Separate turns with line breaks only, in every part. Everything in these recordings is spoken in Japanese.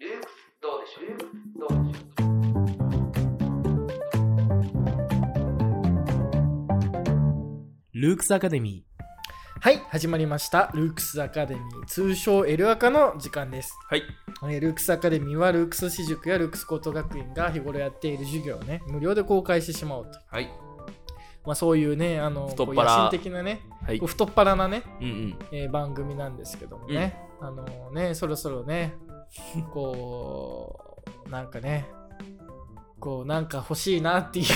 えどうでしょうどうでしょう
ルークスアカデミー。
はい始まりましたルークスアカデミー通称エルアカの時間です
はい。
えールークスアカデミーはルークス私塾やルークス高等学院が日頃やっている授業をね無料で公開してしまおうと、
はい。
まあ、そういうねあの
太っ
こう
腹
野心的なね
はい
こう。太っ腹なね、
うん うん。
えー番組なんですけどもね、あのねそろそろねこうなんかねこうなんか欲しいなっていう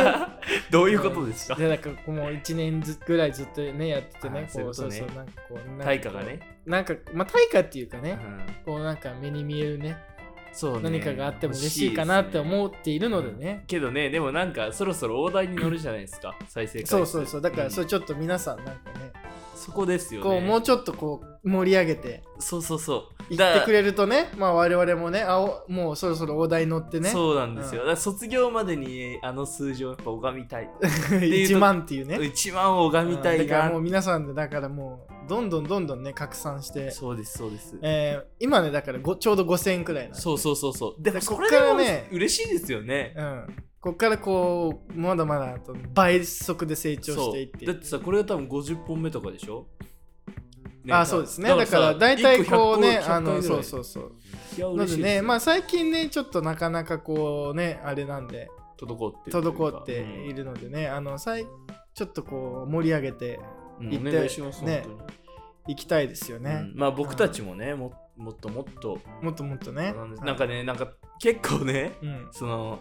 どういうことですか
でなんかこうもう1年ずぐらいずっとねやっててね
あー
こう
そういうことね
そうそうなんかこうなんか
対価がね。
なんかまあ対価っていうかね、
うん
こうなんか目に見えるね
そうね
何かがあっても嬉しいかなって思
う。
っているのでね。
けどね、でもなんかそろそろ大台に乗るじゃないですか。再生回数。
そうそうそう。だか
う
ら
ん
それちょっと皆さんなんかね、
そこですよね。
こうもうちょっとこう盛り上げて
そうそうそう。
いってく
れ
れるとね、まあ我々もね、あおもうそろそろ大台乗ってね、
そうなんですよ。
う
だから卒業までにあの数字をやっぱ拝みたい。いうと
1万っていうね。
一番拝みた
うん
い
だから
な
もう。皆さんでだからもうどんどんどんどんね拡散して、
そうですそうです。
えー今ねだからごちょうど5000円くらいなんで
そうそうそうそう。でも
でこ
こ
っ
れ
か
で
ら
も
ね
嬉しいですよね。
うん。こっからこうまだまだあと倍速で成長していっ
そ
て
うだってさこれが多分50本目とかでしょ、
あそうですねだ
さ
から大体こうね
一個100
あの
100
そうそうそう
いや
なの
嬉し
で
いです
ね、まあ、最近ね、ちょっとなかなかこうね、あれなんで、
滞ってるというか
滞っているのでね、あのさいちょっとこう盛り上げて
うん
行って
お願いします、
ね
本
いきたいですよ
当に、
ね
う。んまあ僕たちもね、ももっともっと
もっともっとね。
なんか
ね、
ねなんか結構ね
うん、
その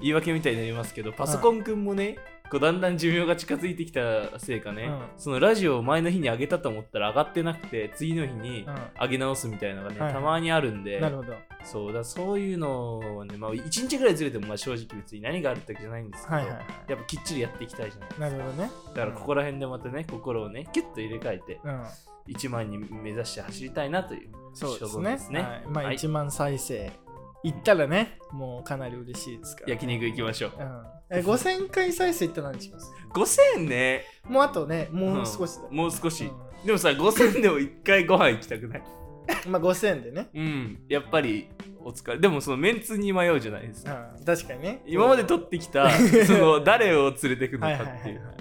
言い訳みたいになりますけどパソコンくんもね、こうだんだん寿命が近づいてきたせいかね、
うん
そのラジオを前の日に上げたと思ったら上がってなくて次の日に
う
上げ直すみたいなのがね、
はいはい
たまにあるんで
ん。なるほど。
そうだからそういうのをね、まあ、1日ぐらいずれてもまあ正直別に何があるってわけじゃないんですけど、
はいはいは
やっぱきっちりやっていきたいじゃない
い。なるほどね。
だからここら辺でまたね心をねキュッと入れ替えて
うん。
1万に目指して走りたいなという
そうで
所
す
存
ね。
ですね
はい、まあ、
はい
1万再生いったらね、もうかなり嬉しいですから、
焼肉行きましょう
うん。え5000回再生いったら何します
5000ね
もうあとね、もう少しだ。
もう少し、
う
でもさ5000でも1回ご飯行きたくない
んまあ、5000でね。
うんやっぱりお疲れでもそのメンツに迷うじゃないですか
うん、確かにね。
今まで撮ってき たその誰を連れてくの
はい
か
はい
っ
は
てい
いうはい、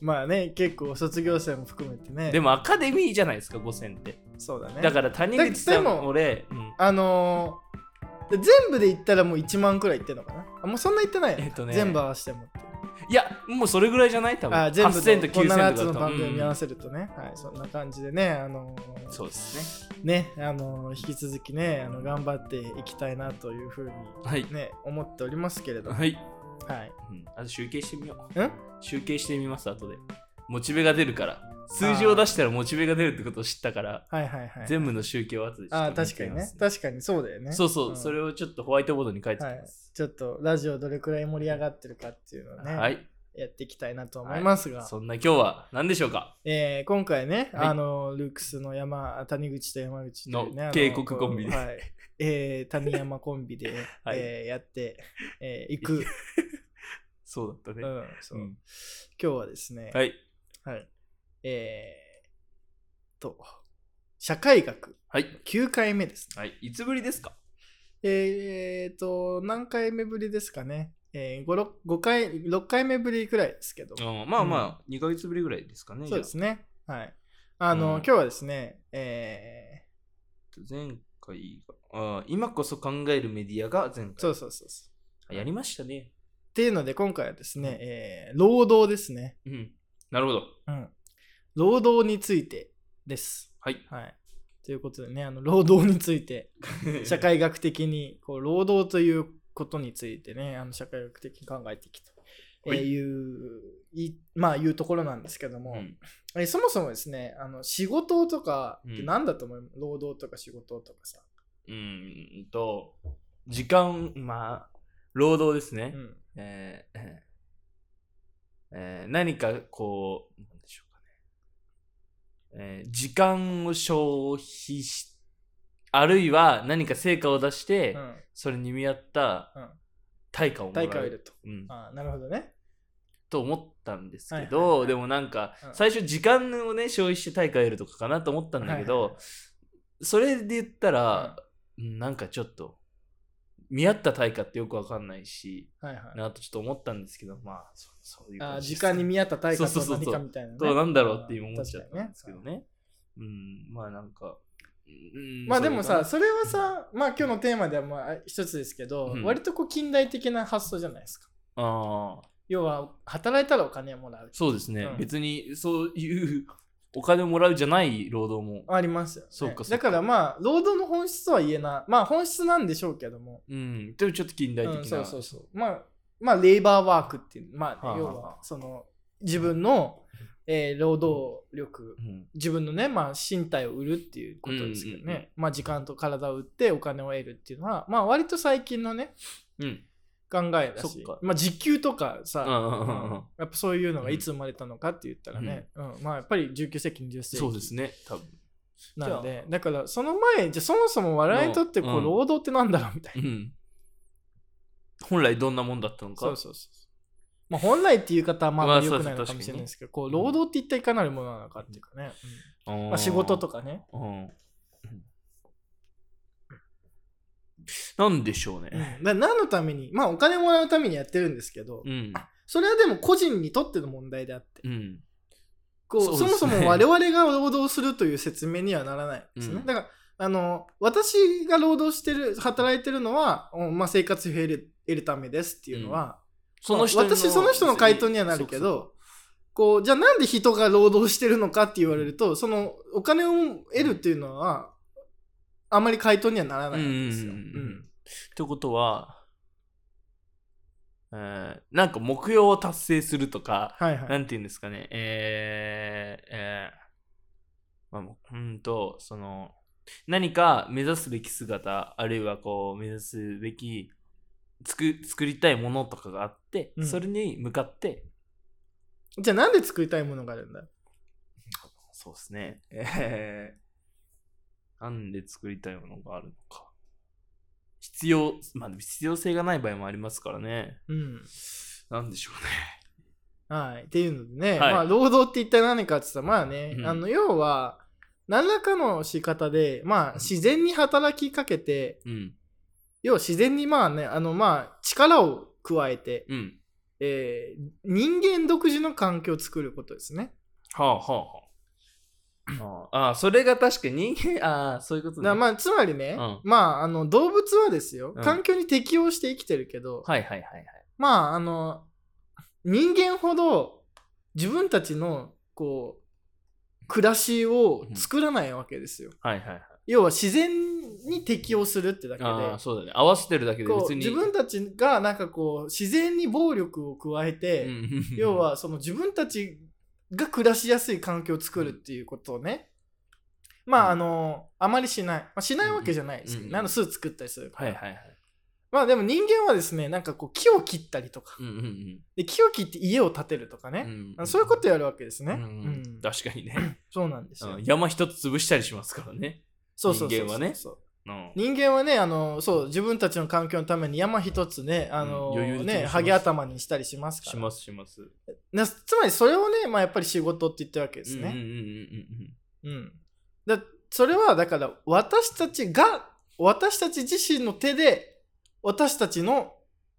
まあね結構卒業生も含めてね
でもアカデミーじゃないですか5000って
そうだね
だから谷口さ
で
ん
でも
俺、うん
あのー、で全部で言ったらもう1万くらいいってんのかなあもうそんな言ってない、
えっとね
全部合わせてもって
いやもうそれぐらいじゃない多分
あ全部
8000と
でこの
9000
7つ
とかだ
の
と
番組に合わ
せ
せるとね、はいそんな感じでねあのー、
そうですね
ねあのー、引き続きねあの頑張っていきたいなというふうに
はい
ね思っておりますけれども
はい、
はい
うん、あと集計してみよ
ん
う集計してみます後でモチベが出るから数字を出したらモチベが出るってことを知ったから
はいはいはい
全部の集計を後でちょ
あ
っ
ー
と見
確か
てみ
に
ま
ね
す
確かにそうだよね
そうそう、
ん
それをちょっとホワイトボードに書いてき
はい
ます、
ちょっとラジオどれくらい盛り上がってるかっていうのをね、
はい、
やっていきたいなと思いますが、
そんな今日は何でしょうか
えー今回ね、
はい
あのルークスの山谷口と山口というね
の
あの
渓谷コンビで
はいえー谷山コンビで、
はい
えーやってい、え ー行く、
そうだった
う
ね、
んそう
うん
今日はですね、
はい
はいえー、と社会学
はい
9回目ですね
はいいつぶりですか
えー、と何回目ぶりですかね、えー、5, 5回6回目ぶりくらいですけど
うんまあまあ2ヶ月ぶりぐらいですかね
そうです
ね
ね。はい。あの、
うん
今日はですね、え
前回があー今こそ考えるメディアが前回
ー、そうそうそうそう。
やりましたね。
っていうので、今回はですね、えー、労働ですね。
うん。なるほど。
うん。労働についてです。
はい。
はい。ということでね、あの労働について、社
社
会学的に、こう、労働ということについてね、あの社会学的に考えていきたえー
はい
いう、いまあ、いうところなんですけども、えーそもそもですね、あの仕事とかって何だと思う、労働とか仕事とかさ。
うんと、時間、まあ、労働ですね。
うん。
えーえー何かこう、なんでしょうかね。えー時間を消費し、あるいは何か成果を出して、
うん
それに見合った
うん
対価をもらう。
対価を得ると。
うん、
あーなるほどね。
と思ったんですけ
はいはい
ど、
はい
でもなんか、
うん
最初時間をね消費して大会やるとかかなと思ったんだけど、
はいはい
それで言ったら、うんなんかちょっと、見合った対価ってよくわかんないし、
はいはい。
なとちょっと思ったんですけど、まあ、そうそういう
あ
感
ー
じで
時
すね
間に見合った対価と
そうそうそうそう
何かみたいな、ね。
どうなんだろうって今思っちゃっ
あー
たんですけど
確かにね。
ね。うん、まあなんか、うん
まあでもさ、
そ
それはさ、まあ今日のテーマではまあ一つですけど、
うん
割とこう近代的な発想じゃないですか。
ういうのああ、
要は、働いたらお金をもらう。
そうですね。
うん
別にそういうお金をもらうじゃない労働も。
ありますよ、ね。
そうかそうか
だからまあ、労働の本質とは言えない。まあ本質なんでしょうけども。
うん、でもちょっと近代的な。
うん、そうそうそう。まあ、まあ、レイバーワークっていう、ま
は
あ、
あはあ
要は、その、自分の、えー労働力、
うん
自分のね、まあ、身体を売るっていうことですけどね。
うんうんうん
まあ、時間と体を売ってお金を得るっていうのは、まあ、割と最近のね、
うん。
考えだ
そっ
し
か、
まあ、時給とかさ、
うんうんうんうん
うんやっぱそういうのがいつ生まれたのかって言ったらね、うんまあ、やっぱり19世紀、20世紀。
そうですね、多分。
なんで、だから、その前、じゃあそもそも我々にとって、こ
う
う、
ん
労働ってなんだろうみたいな。
うん。本来どんなもんだったのか。
そうそうそうそう。まあ、本来っていう方はま
ま
あ
あ
良くない
そ
の
う
か
そう
もしれないですけど、こう
かにね
労働って一体いかなるものなのかっていうかね、うんまあ、仕事と
か。
かね、
うん。なんでしょうね。
うん、だ何のために、まあ、お金もらうためにやってるんですけど、
うん。
それはでも個人にとっての問題であって、
うん。
こう
そう
そ
です
も
ね
そも我々が労働するという説明にはならないですね。
うん
だからあの私が労働してる働いてるのは、うんまあ、生活費を得る得るためですっていうのは、
その人
まあ私その人の回答にはなるけど、こうじゃあなんで人が労働してるのかって言われるとそのお金を得るっていうのはあまり回答にはなら
う
ないんですよ。
ん
う
うんんってことは、えーなんか目標を達成するとか、
はいは。
ないんて言うんですかね、えーえーまあ、もううんと、その、何か目指すべき姿、あるいはこう、目指すべき、つく作りたいものとかがあって、
うん
それに向かって、
じゃあなんで作りたいものがあるんだ
そうですね、えーなんで作りたいものがあるのか。必要、まあ、必要性がない場合もありますからね。
うん。
なんでしょうね。
はい。っていうのでね、
はい
まあ労働って一体何かって言ったらまあね、
うん
あの要は何らかの仕方でまあ自然に働きかけて
うん。
要は自然にまあねあのまあ力を加えて、
うん。
えー人間独自の環境を作ることですね。
はあはあはあ。ああ、それが確かに 人間、ああ、そういうことね。
なまあ、つまりね、
うん
まあ、あの動物はですよ
うん
環境に適応して生きてるけど、
はいはいはいはい。
まああの人間ほど自分たちのこう暮らしを作らないわけですよ、
はいはいはい。
要は自然に適応するってだけ
ああ、
で
そうだね。合わせてるだけで
こ
別
う
に。
自分たちがなんかこう自然に暴力を加えて、
うん
要、はその自分たちが暮らしやすい環境を作るっていうことをね、まああのあまりしない、まあ、しないわけじゃないですけど、
うんうん
ねあの巣作ったりするから、
はいはいはい。
まあでも人間はですねなんかこう木を切ったりとか
うんうん
で木を切って家を建てるとか
う
ね、
ん。
あのそういうことやるわけです
と
ね、うん
確かに ね。
そうなんですよ、
うん山一つ潰したりしますからね。
そうそうそ
人
うそう
間はね
そう
うん
人間はねあのそう自分たちの環境のために山一つねあの、
うん余裕で潰し
ね
ます
ハゲ頭にしたりしますか
し
ら
ますします。で
なつまりそれをね、まあ、やっぱり仕事って言ってるわけですね、
うんうんうん
うん、だそれはだから私たちが私たち自身の手で私たちの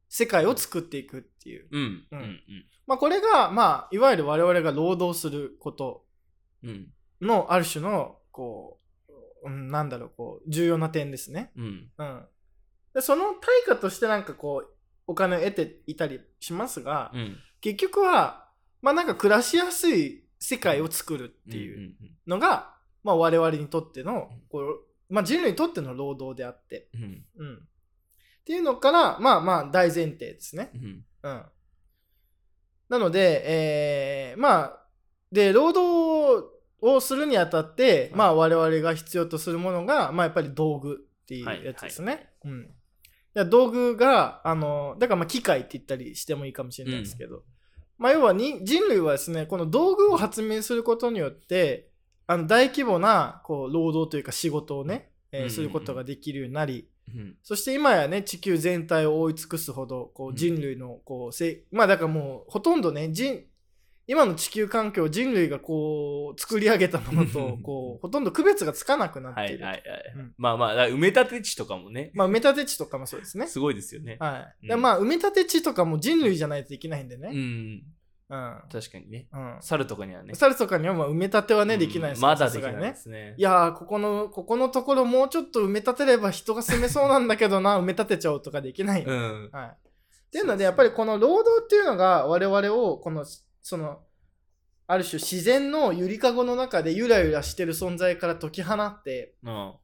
世界を作っていくっていう、
うんうん。うん
う
うんん
まあ、これが、まあ、いわゆる我々が労働すること
うん
のある種のこう、うん、なんだろうこう重要な点ですね、
うんうん。
うん、でその対価としてなんかこうお金を得ていたりしますが、
うん。
結局はまあなんか暮らしやすい世界を作るっていう、
うん
のが、まあ、我々にとってのこう、まあ、人類にとっての労働であって、
うんうん
うん、っていうのからまあまあ大前提ですね。
うん
うん、なので、えーまあで労働をするにあたって、まあ、我々が必要とするものが、まあ、やっぱり道具っていうやつですね。
はいはい
うん、だから道具があのだからまあ機械って言ったりしてもいいかもしれないですけど、まあ、要はに人類はですねこの道具を発明することによってあの大規模なこう労働というか仕事をね、えー
うんうんうん
することができるようになり、
うん
そして今やね地球全体を覆い尽くすほどこ
う
うん人類のこう、せいまあだからもうほとんどね人今の地球環境を人類がこう作り上げたもの とこうほとんど区別がつかなくなって
はいいはい
る、
はい。
うん
まあまあ、だから埋め立て地とかもね、
まあ埋め立て地とかもそうですね
すごいですよね。
はい、
うん
でまあ埋め立て地とかも人類じゃないといけないんで
う
ね
ん、
うん、
確かにね。
うん
猿とかにはね。
サルとかにはまあ埋め立てはね、できないで
う
す
ん
から
まだ
さす
でき
が
な
に
いですね
い。やーここのここのところもうちょっと埋め立てれば人が住めそうなんだけどな埋め立てちゃおうとかできない、
うん。
はい、っていうのでやっぱりこの労働っていうのが我々をこのそのある種自然のゆりかごの中でゆらゆらしてる存在から解き放って
うん。は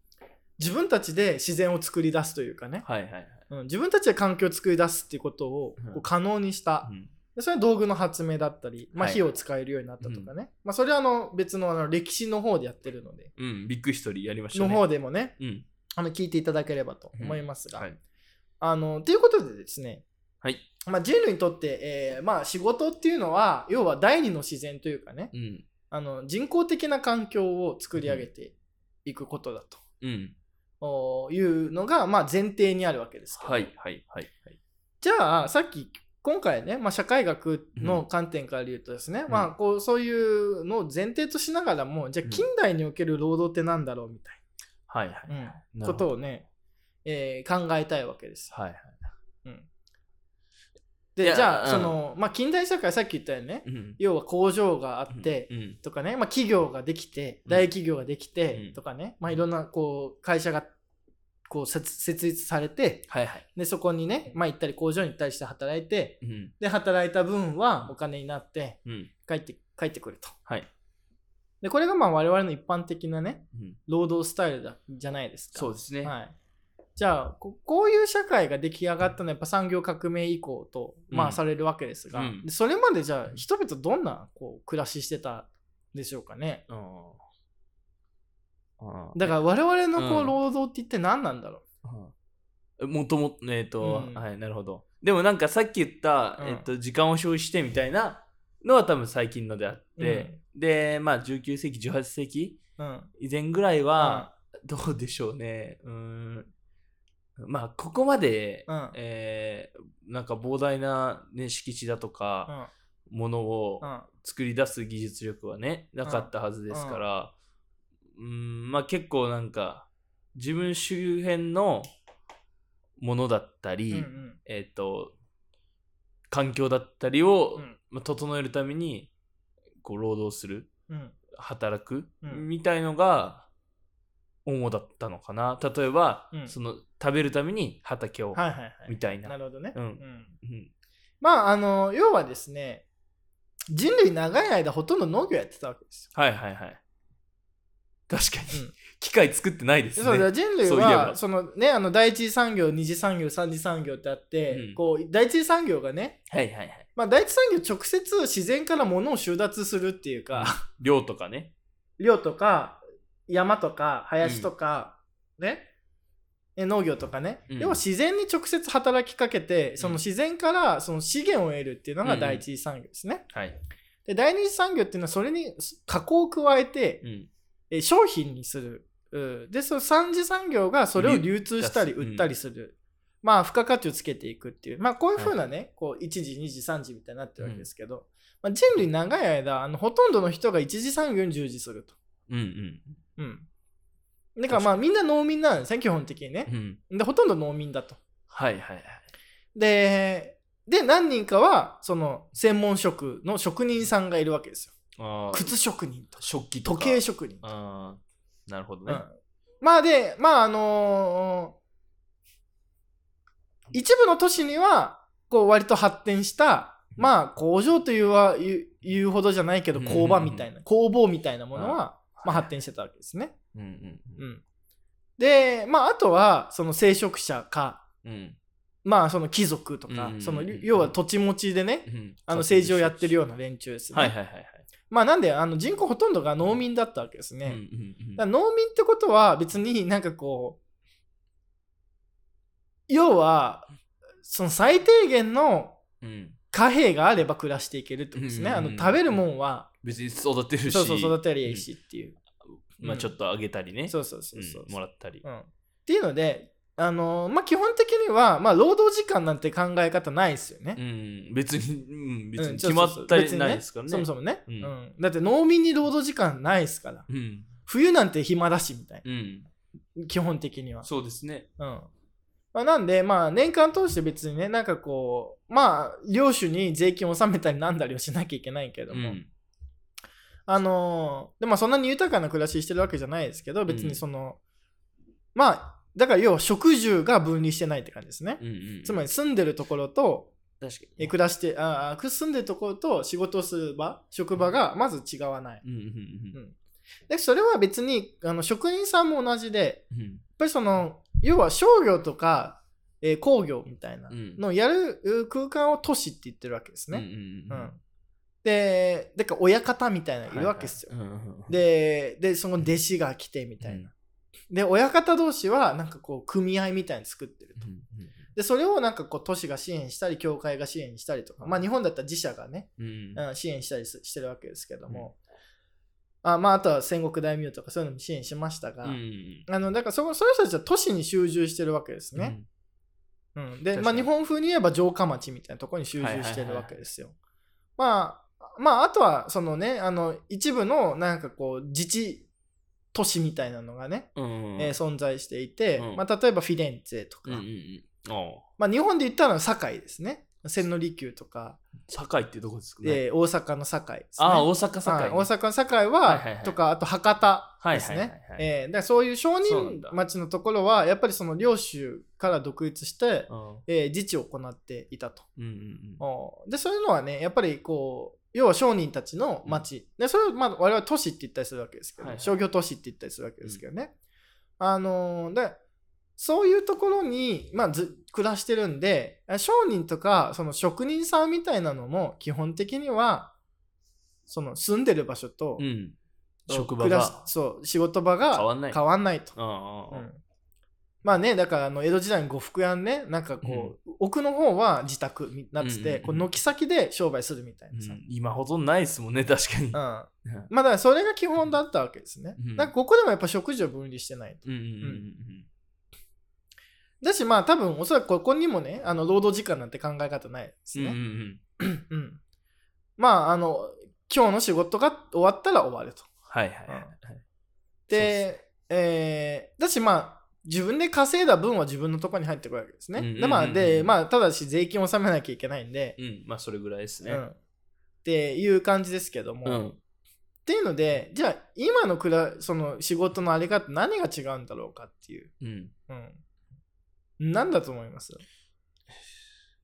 自分たちで自然を作り出すというかね、
いはいはい。
うん、自分たちで環境を作り出すっていうことを
うん
こう可能にした、
うん
でそれは道具の発明だったり、まあ、
はい
火を使えるようになったとかね、まあ、それはあの別のあの歴史の方でやってるので、
うん、ビッグヒトリーやりました
の
ね。
方でもね
うん。
あの聞いていただければと思いますが、
はい。
あのということでですね、
はい。
まあ、人類にとって、えーまあ、仕事っていうのは要は第二の自然というかね
うん。
あの人工的な環境を作り上げていくことだと。
うん。
おいうのが、まあ、前提にあるわけですけど、
はいはいはいはい。
じゃあさっき今回ね、まあ、社会学の観点から言うとですね、
ん
まあ、こうそういうのを前提としながらもじゃ
う
あ
ん
近代における労働ってなんだろうみたい
はいはい。
な、
なる
こ
ほど
とをね、えー考えたいわけです。
はいはい。い
で
や
じゃあ、
うん
その、まあ、近代社会さっき言ったよね
うん。
要は工場があって、
うん。
とかね、まあ、企業ができて
うん
大企業ができて、
うん
とかね、まあ、いろんなこう会社がこう設設立されて
はいはい。
でそこにね、まあ、行ったり工場に行ったりして働いて
うん。
で働いた分はお金になって
うん。
帰って帰ってくると
はい。
でこれがまあ我々の一般的なね
うん。
労働スタイルだじゃないですか
そうですね。
はい、じゃあここういう社会が出来上がったのはやっぱ産業革命以降と、
うん
まあ、されるわけですが、
うん
でそれまでじゃあ人々どんなこう暮らししてたんでしょうかね
ああ。
だから我々のこ
う
うん労働って一体何なんだろ
うんもともと、えっ、と、
うん
はい、なるほど。でもなんかさっき言った、
うん
えっと、時間を消費してみたいなのは多分最近のであって、で、まあ19世紀、18世紀
う、うん
以前ぐらいは、どうでしょうね。うーん。まあ、ここまで、
うん
えーなんか膨大な、ね、敷地だと
う
か、
ん
ものを
うん
作り出す技術力はねなかったはずですから、うん、まあ結構なんか自分周辺のものだったり、
うんうん
えっ、と環境だったりを、
うん
まあ整えるためにこう労働する
うん
働く、
うん
みたいのが主だったのかな例えば、
うん
その食べるために畑を、
はいはいはい
みたいな
なるほどね、
うん
ん
うん
まああの要はですね人類長い間ほとんど農業やってたわけですよ
はいはいはい確かに、
うん
機械作ってないですね
そうだ人類
そういえ
は
ば
そのねあの第一次産業二次産業三次産業ってあって、
うん
こう第一次産業がね、
はいはいはい
まあ、第一次産業直接自然から物を収奪するっていうか、
量とかね。
漁とか山とか林とか、ねえ農業とかね、
うん
要は自然に直接働きかけてその自然からその資源を得るっていうのが
うん
第一次産業ですね、
はい。
で第二次産業っていうのはそれに加工を加えて、
うん。
えー商品にする、うん、でその三次産業がそれを流通したり
流通
売ったりする、まあ付加価値をつけていくっていうまあこういうふうなね、こう1次2次3次みたいになってるわけですけど、まあ、人類長い間あのほとんどの人が1次産業に従事すると
うん
うんだからまあみんな農民なんですね基本的にね
うん。うん。
でほとんど農民だと
はいはいはい。
でで何人かはその専門職の職人さんがいるわけですよ
ああ。
靴職人と
食器と
時
か。
計職人
ああ。なるほどね。
うん、まあでまああのー一部の都市にはこう割と発展したまあ工場というは言う言うほどじゃないけど
うん
工場みたいな工房みたいなも
う
の
ん
はまあ発展してたわけですね。
うんう
うんん、でまああとはその聖職者か
うん。うん。
まあその貴族とか
うん
その要は土地持ちでね
うん。
あの政治をやってるような連中ですね。
はいはいはいはい。
まあなんであの人口ほとんどが農民だったわけですね。
うんうんうん
だから農民ってことは別になんかこう要はその最低限の
うん。
貨幣があれば暮らしていけるってことですね、
うん
あの食べるもんは
別に育てるし。
そうそう育てりゃいいしっていう、
まあちょっとあげたりね。
そうそうそうそうう、
んもらったり。
うんっていうのであのまあ、基本的には、まあ、労働時間なんて考え方ないですよね。
うん、別に、うん、別
う
に
ん
決まったりないですからね。
そうそうそう別にそもそもね、
う
うんだって農民に労働時間ないですから
うん、
冬なんて暇だしみたい
うん、
な基本的には
そうですね。
うんまあ、なんでまあ年間通して別にねなんかこうまあ領主に税金を納めたりなんだりをしなきゃいけないけど
う
も、
ん、
あのーでもそんなに豊かな暮らししてるわけじゃないですけど別にその、まあだから要は食住が分離してないって感じですね
う、ん、うん。
つまり住んでるところと
確か
え
に。
暮らしてああ住んでるところと仕事をする場職場がまず違わない
うん、うん、
でそれは別にあの職人さんも同じでやっ
うん、うん。
ぱりその要は商業とか、えー工業みたいな
うん
のをやるう空間を都市って言ってるわけですね、
うん、
う
うんん、
でだから親方みたいなの
う
い
ん。
るわけです
は
よ、
いはいうんうんうん
ででその弟子が来てみたいな、で親方同士はなんかこう組合みたいに作ってるとでそれをなんかこう都市が支援したり教会が支援したりとかまあ日本だったら自社がね
うん、うん。
うん、支援したりすしてるわけですけども、あまあ、あとは戦国大名とかそういうのも支援しましたが、
うん
あのだからそのその人たちは都市に集中してるわけですね、。うんで、
確
ま
か
あ、
に
日本風に言えば城下町みたいなところに集中してるわけですよ、まあまああとはそのねあの一部のなんかこう自治都市みたいなのがね、
うん、うん
えー存在していて、
うん
まあ、例えばフィレンツェとか、
うん、うん、うん。ああ、
まあ、日本で言ったら堺ですね千利休とか、
堺ってどこですかね。
えー大阪の堺ですね
ああ、大阪堺
は
ね。
い大阪の堺は,、
はいはいはい
とかあと博多
はい
です
は
ね、
いはいはい
えーだからそういう商
そうなん
人
だ
町のところはやっぱりその領主から独立して、えー自治を行っていたと
うん、うん、
おーでそういうのはねやっぱりこう要は商人たちの町、でそれをまあ我々は都市って言ったりするわけですけど、
はいはい
商業都市って言ったりするわけですけどね、あのーでそういうところに、まあ、ず暮らしてるんで商人とかその職人さんみたいなのも基本的にはその住んでる場所と、
うん。うん。職場
暮らし
が。
そう仕事場が
変わんない
と、
ああ、あ
う
あ
んまあねだからあの江戸時代の呉服屋ねなんかこう、奥の方は自宅になってて、
うんうんうん
こう軒先で商売するみたいうなさ、うん
ん。今ほとんどないですもんね、確かに。
ま
うん
あだからそれが基本だったわけですね、
うん
なんかここでもやっぱ食事を分離してないと
うんうんうん
だしまあ多分おそらくここにもねあの労働時間なんて考え方ないです
うんうんうん
ね、
うん
うんまああの今日の仕事が終わったら終わると
はいはいはい
で、えーだしまあ自分で稼いだ分は自分のところに入ってくるわけですね。
うんうんうんうん
でまあでまあただし税金を納めなきゃいけないんで、
うんまあそれぐらいですね
うんっていう感じですけども、
う
っ
ん
ていうのでじゃあ今のくらその仕事のあり方何が違うんだろうかっていう、
うん
うん、何だと思います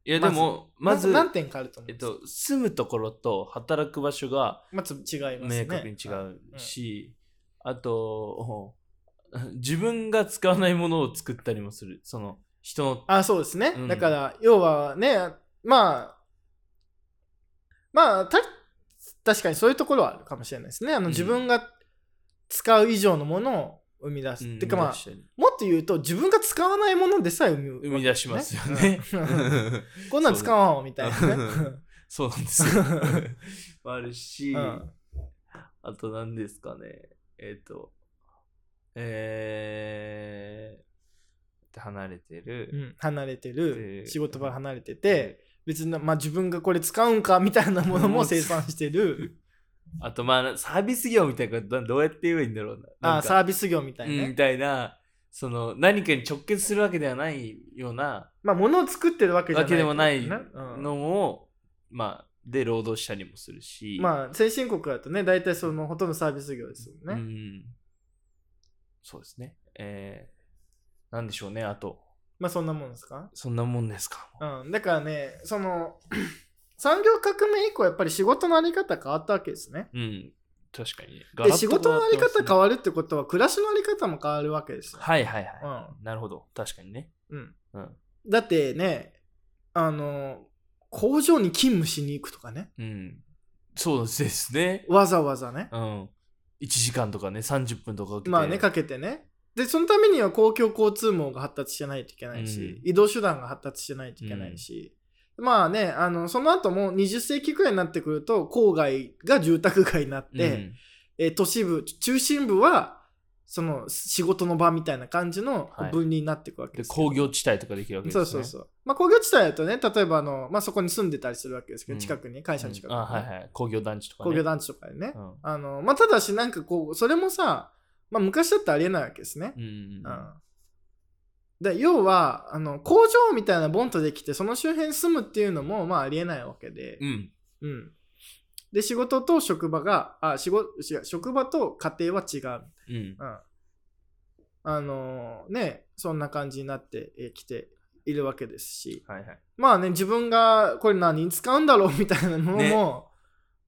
いやでもまず
なん何点かあると思
え
い
っ
ます、
と住むところと働く場所が
まず違いますね。
明確に違うしあと 自分が使わないものを作ったりもするその人の
あそうですね、
うん
だから要はねまあまあた確かにそういうところはあるかもしれないですねあ
う
の
ん
自分が使う以上のものを生み出す、
うん
てかまあ
生み出したり
もっと言うと自分が使わないものでさえ生み
生み出しますよ
ね
ね
うんこんなん使わんわみたいなね、
そうなん ですよあるし
うん
あと何ですかね。えっ、と、えー、離れて
う
る。
ん、離れてる
で
仕事場離れてて別に、まあ、自分がこれ使うんかみたいなものも生産してる
あと、まあ、サービス業みたいなことどうやって言えばいいんだろう な。
あ
なんか
サービス業みたいなね、
うんみたいな、その、何かに直結するわけではないような、
まあ物を作ってるわけじゃ
わ
ない
けでもない
ってことねうん
のを、まあ、で、労働したりもするし。あ、
まあ先進国だとね大体そのほとんどサービス業です
う
よね、
ん。そうですね。えー、なんでしょうね、あと。
まあそんなもんですか、
そんなもんですか。
うん、だからねその 産業革命以降やっぱり仕事のあり方変わったわけですね
うん。確かにね。ガ
で
ラッ
仕
と変わって
事のあり
ます
方
ね
変わるってことは暮らしのあり方も変わるわけですよ、
はいはいはい。
うん
なるほど。確かにね。
うん、
うん。
だってねあの工場に勤務しに行くとかね
うん。そうですね。
わざわざね、
うん。1時間とかね、30分とかかけて。
まあねかけてねでそのためには公共交通網が発達してないといけないし、移動手段が発達してないといけないし、まあねあのその後も20世紀くらいになってくると郊外が住宅街になって、
うん
えー都市部中心部はその仕事の場みたいな感じのこ
は
う
い
分離になっていくわけ
で
ですけど
工業地帯とかできるわけです
そ
ね
うそうそう、まあ、工業地帯だとね例えばあの、まあ、そこに住んでたりするわけですけ
う
ど、
ん
近くに会社の近く
うん
にね、
あはいはい工業団地とかね
工業団地とかでね、
うん
あのまあ、ただしなんかこうそれもさ、まあ、昔だってありえないわけですね、
うんうん
う
うん
んで要はあの工場みたいなボンとできてその周辺に住むっていうのもまあありえないわけで、
うん
うん、で仕事と職場があ仕事違う職場と家庭は違う、
うん
うん、あのーねそんな感じになってえーきているわけですし
はいはい
まあね自分がこれ何に使うんだろうみたいなのも、
ね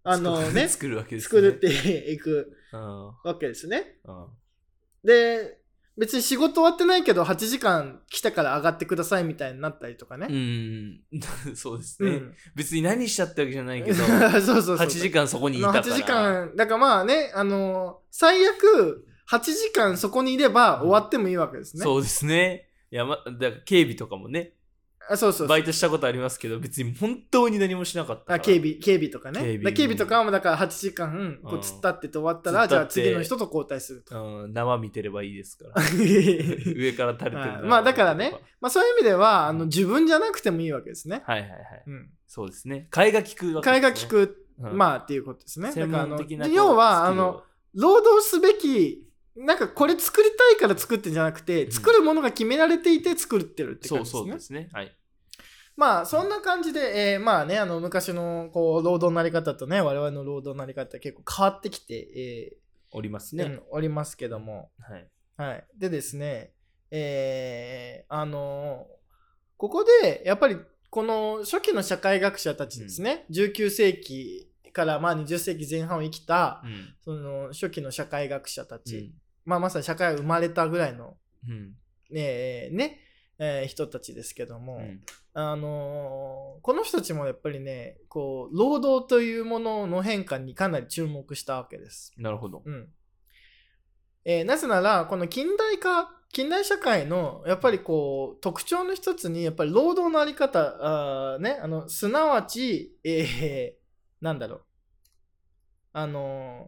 あのね
作るわ けです
作
ね
るっていく
うんうん
わけですねで別に仕事終わってないけど8時間来たから上がってくださいみたいになったりとかね、
うん そうですね
うん
別に何したってわけじゃないけど
そうそうそう
8時間そこにいたから
8時間だからまあねあのー最悪8時間そこにいれば終わってもいいわけですね、
そうですねいやまだから警備とかもね
あそうそうそう
バイトしたことありますけど別に本当に何もしなかったから
あ警備警備とか
警
ね警
備
備警備とかはもうだから8時間こう
うん
突っ立ってて終わった
突
ら、
っ立
じゃ
っ
あ
て
次の人と交代すると
うん生見てればいいですから 上から垂れてる
はい
の
まあだからね まあそういう意味ではあの自分じゃなくてもいいわけですね、
はいはいはい
うん、
そうですね替えが利くわけ
替えが
です
利
ね
く、
うん
まあっていうことですねだ
専
からあ
門
の
的な
要は
こ
あ
うスキルを
の労働すべきなんかこれ作りたいから作ってんじゃなくて、
うん
作るものが決められていて作ってるって
そ
感
う
じです
そう
ね
ですねはい
まあそんな感じで、えーまあねあの昔のこう労働のなり方とね我々の労働のなり方結構変わってきて、
おります
えー
ね、
うんおりますけども、
はい
はい。でですね、えーあのーここで、やっぱり、この初期の社会学者たちですね、19世紀からまあ20世紀前半を生きた、
うん
その初期の社会学者た
う
ち、
ん
まあまさに社会が生まれたぐらいの、
うん
えーね、えー人たちですけども、
うん
あのーこの人たちもやっぱりね、こう、労働というものの変化にかなり注目したわけです。
なるほど
うんえーなぜならこの近代化近代社会のやっぱりこう特徴の一つにやっぱり労働のあり方あー、ね、あのすなわち、えーなんだろうあのー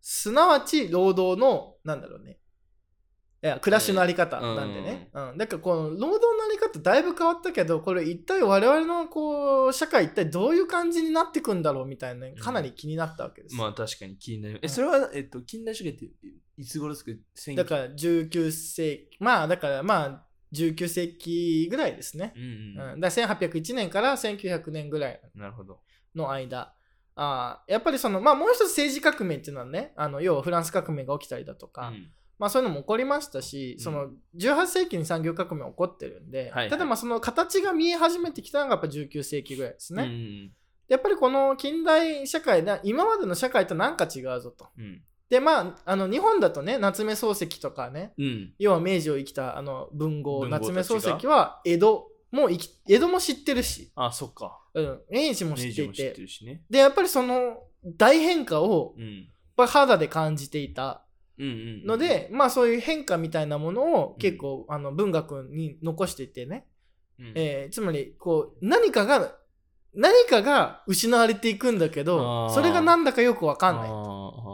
すなわち労働のなんだろうねいや暮らしのあり方なんでね、うんだからこの労働のあり方だいぶ変わったけどこれ一体我々のこう社会一体どういう感じになってくんだろうみたいなのかなり気になったわけです。
まあ確かに気になる
う
え
ん
それはえっと近代主義っていつ頃ですか1900
だから19世紀まあだからまあ19世紀ぐらいですね、
うんうん
うんだから1801年から1900年ぐらい
なるほど
の間あーやっぱりそのまあもう一つ政治革命っていうのはねあの要はフランス革命が起きたりだとか、
うん
まあそういうのも起こりましたし、
うん
その18世紀に産業革命起こってるんで、
はいはい
ただまあその形が見え始めてきたのがやっぱ19世紀ぐらいですね、
うん
やっぱりこの近代社会な今までの社会となんか違うぞと
うん
でまああの日本だとね夏目漱石とかね
うん
要は明治を生きたあの文豪
文豪たち
夏
が
目漱石は江戸も生き江戸も知ってるし、
あそっか
うん、明治も知
明
って
治
い
も知
て
ってるしね
でやっぱりその大変化を
う
やっ
ん
ぱり肌で感じていた
うんうん
ので、まあそういう変化みたいなものを結構、あの文学に残していてね、
うん
えーつまりこう何かが何かが失われていくんだけ
あ
ど
ー
それが何だかよくわかんない、
あ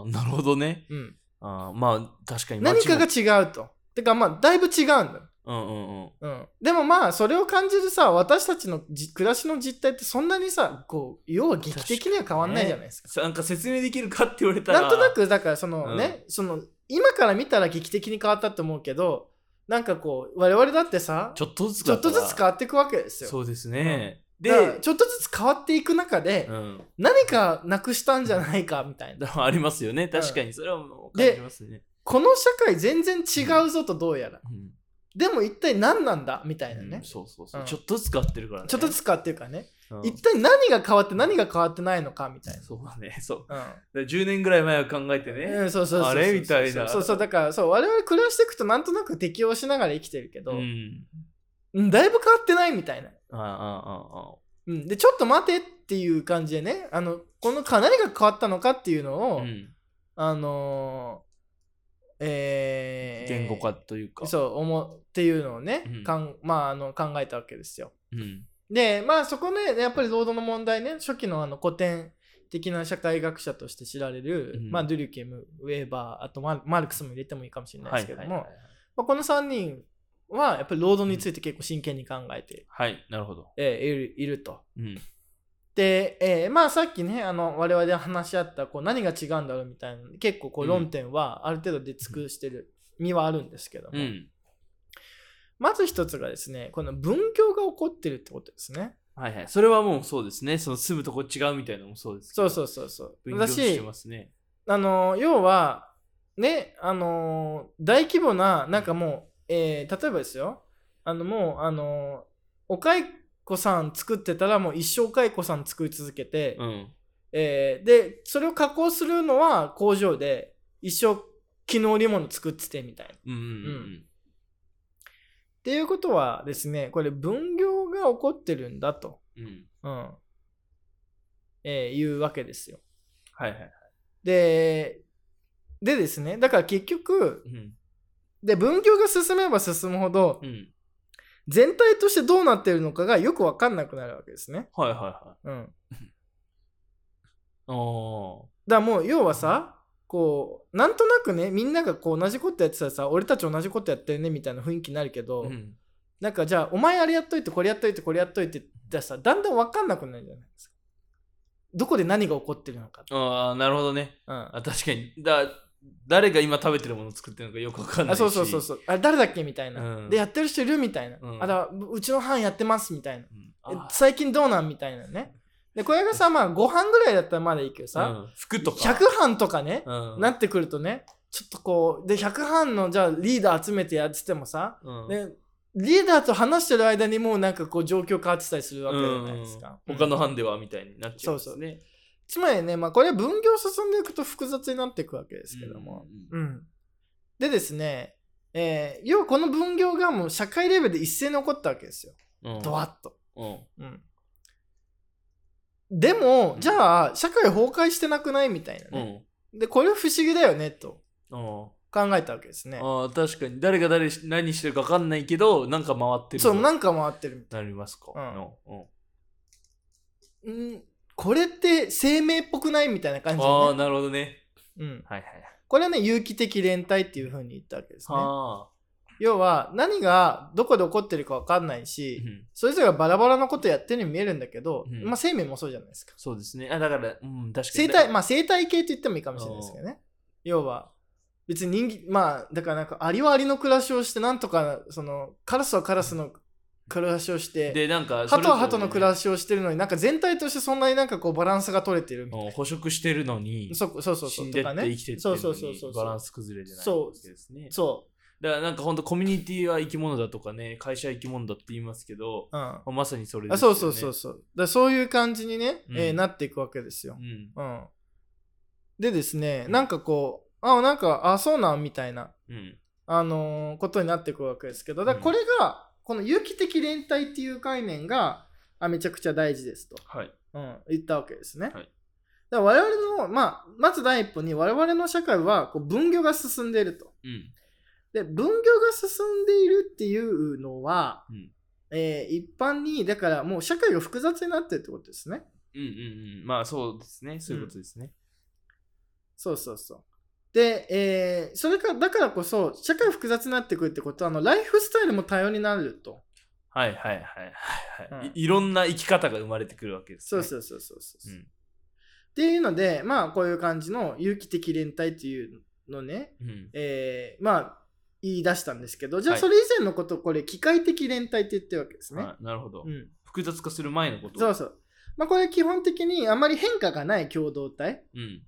ーなるほどね
うん、
あーまあ確かに
何
街も
かが違うとてかまあだいぶ違うんだ
うんうんうん
うん、でもまあそれを感じるさ私たちのじ暮らしの実態ってそんなにさこう要は劇的には変わんないじゃないですか。
なんか説明できるかって言われたら
なんとなくだからその
うん
ね、その今から見たら劇的に変わったと思うけどなんかこう我々だってさ
ちょっとずつ
ちょっとずつ変わっていくわけですよ。
そうですね、
で
で、
ちょっとずつ変わっていく中で、
うん、
何かなくしたんじゃないかみたいな
だありますよね確かにそれはもう感じますね、
この社会全然違うぞとどうやら、
うん
でも一体何なんだみたいな
う
ね
ん、そうそうそう、
うん
ちょっとずつ変わってるからね
ちょっとずつ変わってるからね、
うん
一体何が変わって何が変わってないのかみたい
そうだね そう
な。うん
だから10年ぐらい前は考えてね、
うん、そうそうそうそう
あれみたいな
そうそうだからそう我々暮らしていくとなんとなく適応しながら生きてるけど、
う
うん
ん
だいぶ変わってないみたいな、
あああああ
うん、でちょっと待てっていう感じでねあのこのか何が変わったのかっていうの
あ
を、
うん
あのーえー
言語化というか
そう思っていうのをね、
うん
かんまあ、あの考えたわけですよ
うん
でまあそこねやっぱり労働の問題ね初期のあの古典的な社会学者として知られる、
うん
まあ、ドゥリュケムウェーバーあとマルマルクスも入れてもいいかもしれない
は
で
い
すけども、
はいはい
まあ、この3人はやっぱり労働について結構真剣に考えて、
はいなるほど、
えーいるいると。
うん
で、えーまあさっきねあの我々で話し合ったこう何が違うんだろうみたいな結構こ
う
うん論点はある程度出尽くしてる身はあるんですけども、
うん、
まず一つがですねこの文教が起こってるってことですね。
はいはいそれはもうそうですねその住むとこ違うみたいなのもそうです
そうそううそうそう。
勉強
だ
して
し
ますね
あの要はねあの大規模ななんかもう、えー例えばですよあのもうあのお蚕さん作ってたらもう一生お蚕さん作り続けて、
うん
えーでそれを加工するのは工場で一生絹織物作っててみたいな。っ
うんうんうんう
うんていうことはですねこれ分業が起こってるんだと、
うん
うんえーいうわけですよ。
はいはい
ででですねだから結局
うん
で分業が進めば進むほど
うん
全体としてどうなってるのかがよく分かんなくなるわけですね。
はいはいはい
うん、
あー
だからもう要はさこうなんとなくねみんながこう同じことやってたらさ俺たち同じことやってるねみたいな雰囲気になるけど、
うん
なんかじゃあお前あれやっといてこれやっといてこれやっといてってさだんだん分かんなくなるじゃないですか。どこで何が起こってるのか、
あーなるほどね
うん、
あ確かにだ誰が今食べてるものを作ってるのかよくわかんない
あ
し
そうそうそうそうあれ誰だっけみたいな、
うん
でやってる人いるみたいな、
うん
あだうちの班やってますみたいな
うん、
え
あ
最近どうなんみたいなねでこれがさまあ5班ぐらいだったらまだいいけど
う
さ、
ん服とか
100班とかね、
うん
なってくるとねちょっとこうで100班のじゃあリーダー集めてやっててもさ、
うん
ねリーダーと話してる間にもうなんかこう状況変わってたりするわけじゃないですか、
うん他の
班
班ではみたいになっちゃうんですね。
つまりね、まあ、これは分業進んでいくと複雑になっていくわけですけども、
うん
うんでですね、えー要はこの分業がもう社会レベルで一斉に起こったわけですよ。
うん
ドワッと。
うん
うんでも
う、ん
じゃあ、社会崩壊してなくないみたいな
う
ね。
ん
で、これ不思議だよね、と
うん
考えたわけですね。
ああ確かに誰が誰し何してるか分かんないけどなんか回ってる
そう、な
なん
か回ってるみたい
なりますか。
うん
うんうん
うんこれって生命っぽくないみたいな感じで、
ああ
ね
なるほどね。
うん。
はいはい。
これはね、有機的連帯っていうふうに言ったわけですね。
はあ
要は、何がどこで起こってるか分かんないし、
うん
それぞれがバラバラなことやってるように見えるんだけど、
うん
まあ生命もそうじゃないですか。
そうですね。あだからうん確かに。
生態、まあ生態系と言ってもいいかもしれないですけどね。要は、別に人間、まあ、だからなんか、アリはアリの暮らしをして、なんとか、その、カラスはカラスの暮らしをして、
でなんか
ハトはハトの暮ら
し。
しをしてるのに、なんか全体としてそんなになんかこうバランスが取れてるみたい
うん捕食してるのに
な。そうそうそう
死
そう。
んで
と
っ
か
て
ね
生。きてって
そ
る
うそ
の
うそうそう
にバランス崩れてない
そう
わけですね。
そ
だからなんか本当コミュニティは生き物だとかね会社は生き物だって言いますけど、
う。うん。あ
まあ、まさにそれです
そ
よね。
うそうそうそう。だからそういう感じにね、
うん
えーなっていくわけですよ
う。ん。
うん。でですね、
うん
なんかこう、あ、なんか、あ、そうなんみたいな。
うん。
あのーことになっていくわけですけどだからこれが、この有機的連帯っていう概念があめちゃくちゃ大事ですと、
はい。
うん、言ったわけですね。
はい
だから我々の、まあ、まず第一歩に我々の社会はこう分業が進んでいると。
うん。
で分業が進んでいるっていうのは、
うん
えー一般にだからもう社会が複雑になってるってことですね。
うんうんうん。まあそうですね。そういうことですね。
そうそうそう。で、えーそれからだからこそ社会複雑になってくるってことはあのライフスタイルも多様になると。
はいはいはいはいはい、
う
い。
ん
いろんな生き方が生まれてくるわけです、
そ
ね。
うそううそうそうそう、
ん
っていうので、まあ、こういう感じの有機的連帯っていうのね、
うん。
えーまあ、言い出したんですけど、じゃあ
はい
それ以前のこと、これ、機械的連帯って言ってるわけですね。
あなるほど、
うん、
複雑化する前のこと。
そうそう。まあ、これ、基本的にあまり変化がない共同体。
うん。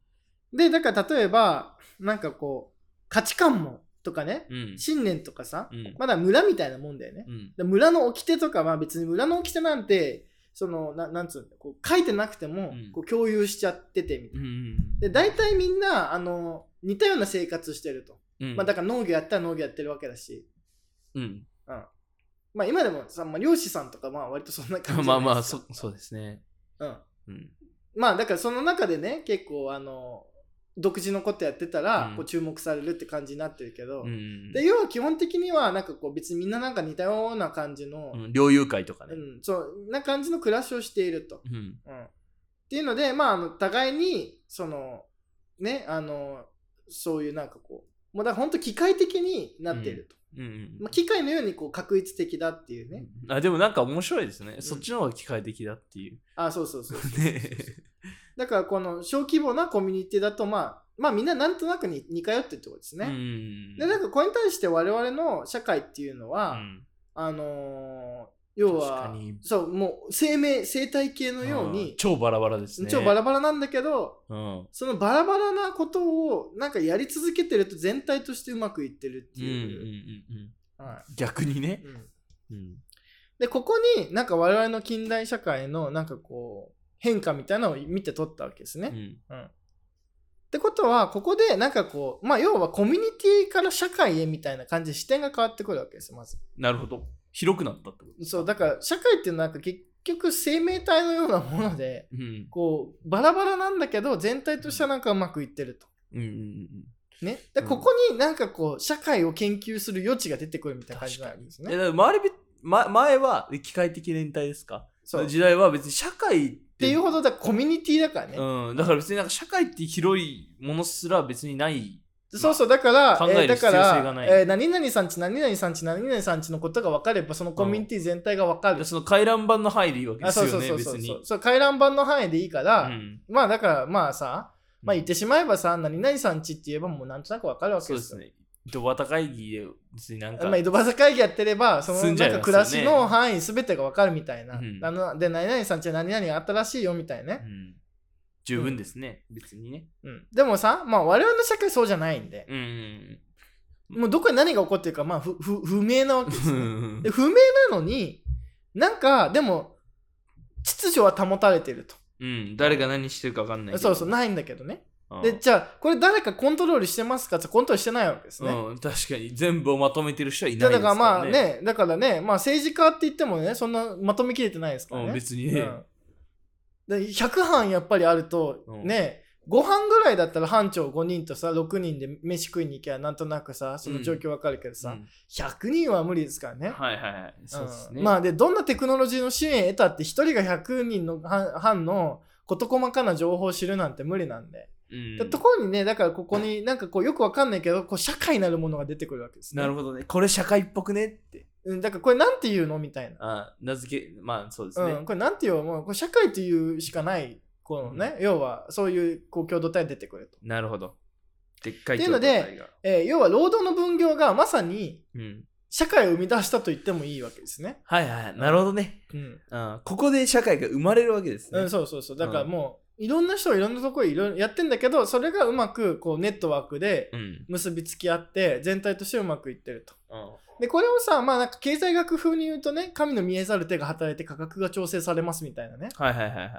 で、だから例えば、なんかこう、価値観もとかね、
うん。
信念とかさ
う、ん。
まだ村みたいなもんだよね。
うん。
で村の掟とかは別に村の掟なんて、その、ななんつうんだこう書いてなくても、
うん
こう共有しちゃっててみたいな
うん。うん
で大体みんなあの似たような生活してると、
うん。
まあ、だから農業やったら農業やってるわけだし、
うん。
まあ、今でもさ、まあ、漁師さんとかまあ割とそんな感じじ
ま
ゃ
あ
ない
ま
で
あ、
すか
そそうですね。
うん、
うん。
まあだからその中でね結構あの独自のことやってたら、
うん
こう注目されるって感じになってるけど、
うん。
で要は基本的にはなんかこう別にみんななんか似たような感じの
う、ん、猟友会とか
う
ね。
んそうな感じの暮らしをしていると、
うん。
うん、っていうので、まあ、あの互いにそのねあのそういうなんかこうもうだから本当機械的になってると、
うんうん
まあ、機械のようにこう確一的だっていうね、
あでもなんか面白いですね、そっちの方が機械的だっていう
あそうそうそう
ね
だからこの小規模なコミュニティだとまあまあみんななんとなくに似通ってるってことです
う
ね、
ん
でなんかこれに対して我々の社会っていうのは、
うん
あのー要
確
は
かに
そうもう生命生態系のよう
あー
に
超バラバラですね
超バラバラなんだけど
うん
そのバラバラなことをなんかやり続けてると全体としてうまくいってるって
うんうん
いう、
うんうん
は
逆にね
い、うん
うん
でここになんか我々の近代社会のなんかこう変化みたいなのを見て取ったわけですね、
うん
ってことはここでなんかこうまあ要はコミュニティから社会へみたいな感じで視点が変わってくるわけですよまず
なるほど広くなったってこと
そうだから社会っていうのはなんか結局生命体のようなもので
うん
こうバラバラなんだけど全体としてはなんかうまくいってると。
うんうんうん
ね、で
うん
ここになんかこう社会を研究する余地が出てくるみたいな感じなんです
え
ね。
だから周りび、ま、前は機械的連帯ですか
そうっ
時代は別に社会ってって
いうほどだからコミュニティだからね。
うん、だから別になんか社会って広いものすら別にない
そうそうだから、
考える
だ
必
か
要
ら
性がない
えー何々さんち何々さんち何々さんちのことが分かればそのコミュニティ全体が分かる。
その回覧板の範囲でいいわけで
あ
す
そう
よ
そう
ね
そう
別
そう
に
そう。そう回覧板の範囲でいいか
う
ら、
ん
まあだからまあさ、まあ言っててしまえばさ、何々さんちって言えばもうなんとなく分かるわけ
そう
で
ですす
よ。
ねドバタ会議で別になんか、
まあ、井戸端会議やってれば、その
済んじゃ
ないん
ます
か
よね
暮らしの範囲全てが分かるみたいな。
うん
あので、何々さんちは何々があったらしいよみたいな
う
ね、
ん、十分ですね、別にね
うんでもさ、まあ、我々の社会そうじゃないんで、
うん
もうどこに何が起こってるか、まあ、ふふ不明なわけです、ね。で不明なのに、なんか、でも、秩序は保たれてると。
うん誰が何してるか分かんないけど
そうそう、ないんだけどね。
うん
で、じゃあ、これ誰かコントロールしてますかってコントロールしてないわけですね。
うん、確かに全部をまとめてる人はい
じゃ
な
あ
い
だ
です
からまあ
ら
ね、だからね、まあ政治家って言ってもね、そんなまとめきれてないですから
う
ね
ん、。別にね、
うん、で100班やっぱりあると、
うん
ね5班ぐらいだったら班長5人とさ6人で飯食いに行けばなんとなくさその状況わかるけどさ、
うん
100人は無理ですからね。
はいはいはいそうですね、
んまあでどんなテクノロジーの支援得たって1人が100人の班班の事細かな情報を知るなんて無理なんで、
うん
でところにねだからここになんかこうよくわかんないけどこう社会なるものが出てくるわけですね
なるほどねこれ社会っぽくねって
うんだからこれなんて言うのみたいな
あ名付けまあそうですね、
うん、これなんていうもうこれ社会というしかないこのね、要はそういうこう共同体が出てくると、
なるほどでっかい
っていうので
状態が
えー要は労働の分業がまさに
うん、
社会を生み出したと言ってもいいわけですね、
はいはいなるほどね、
うん
うん、ここで社会が生まれるわけですね、
うん、そうそうそうだからもう、いろんな人がいろんなところいろいろやってんだけどそれがうまくこうネットワークで
うん
結びつき合って全体としてうまくいってると
うん
でこれをさまあなんか経済学風に言うとね神の見えざる手が働いて価格が調整されますみたいなね
はいはいはいはいはい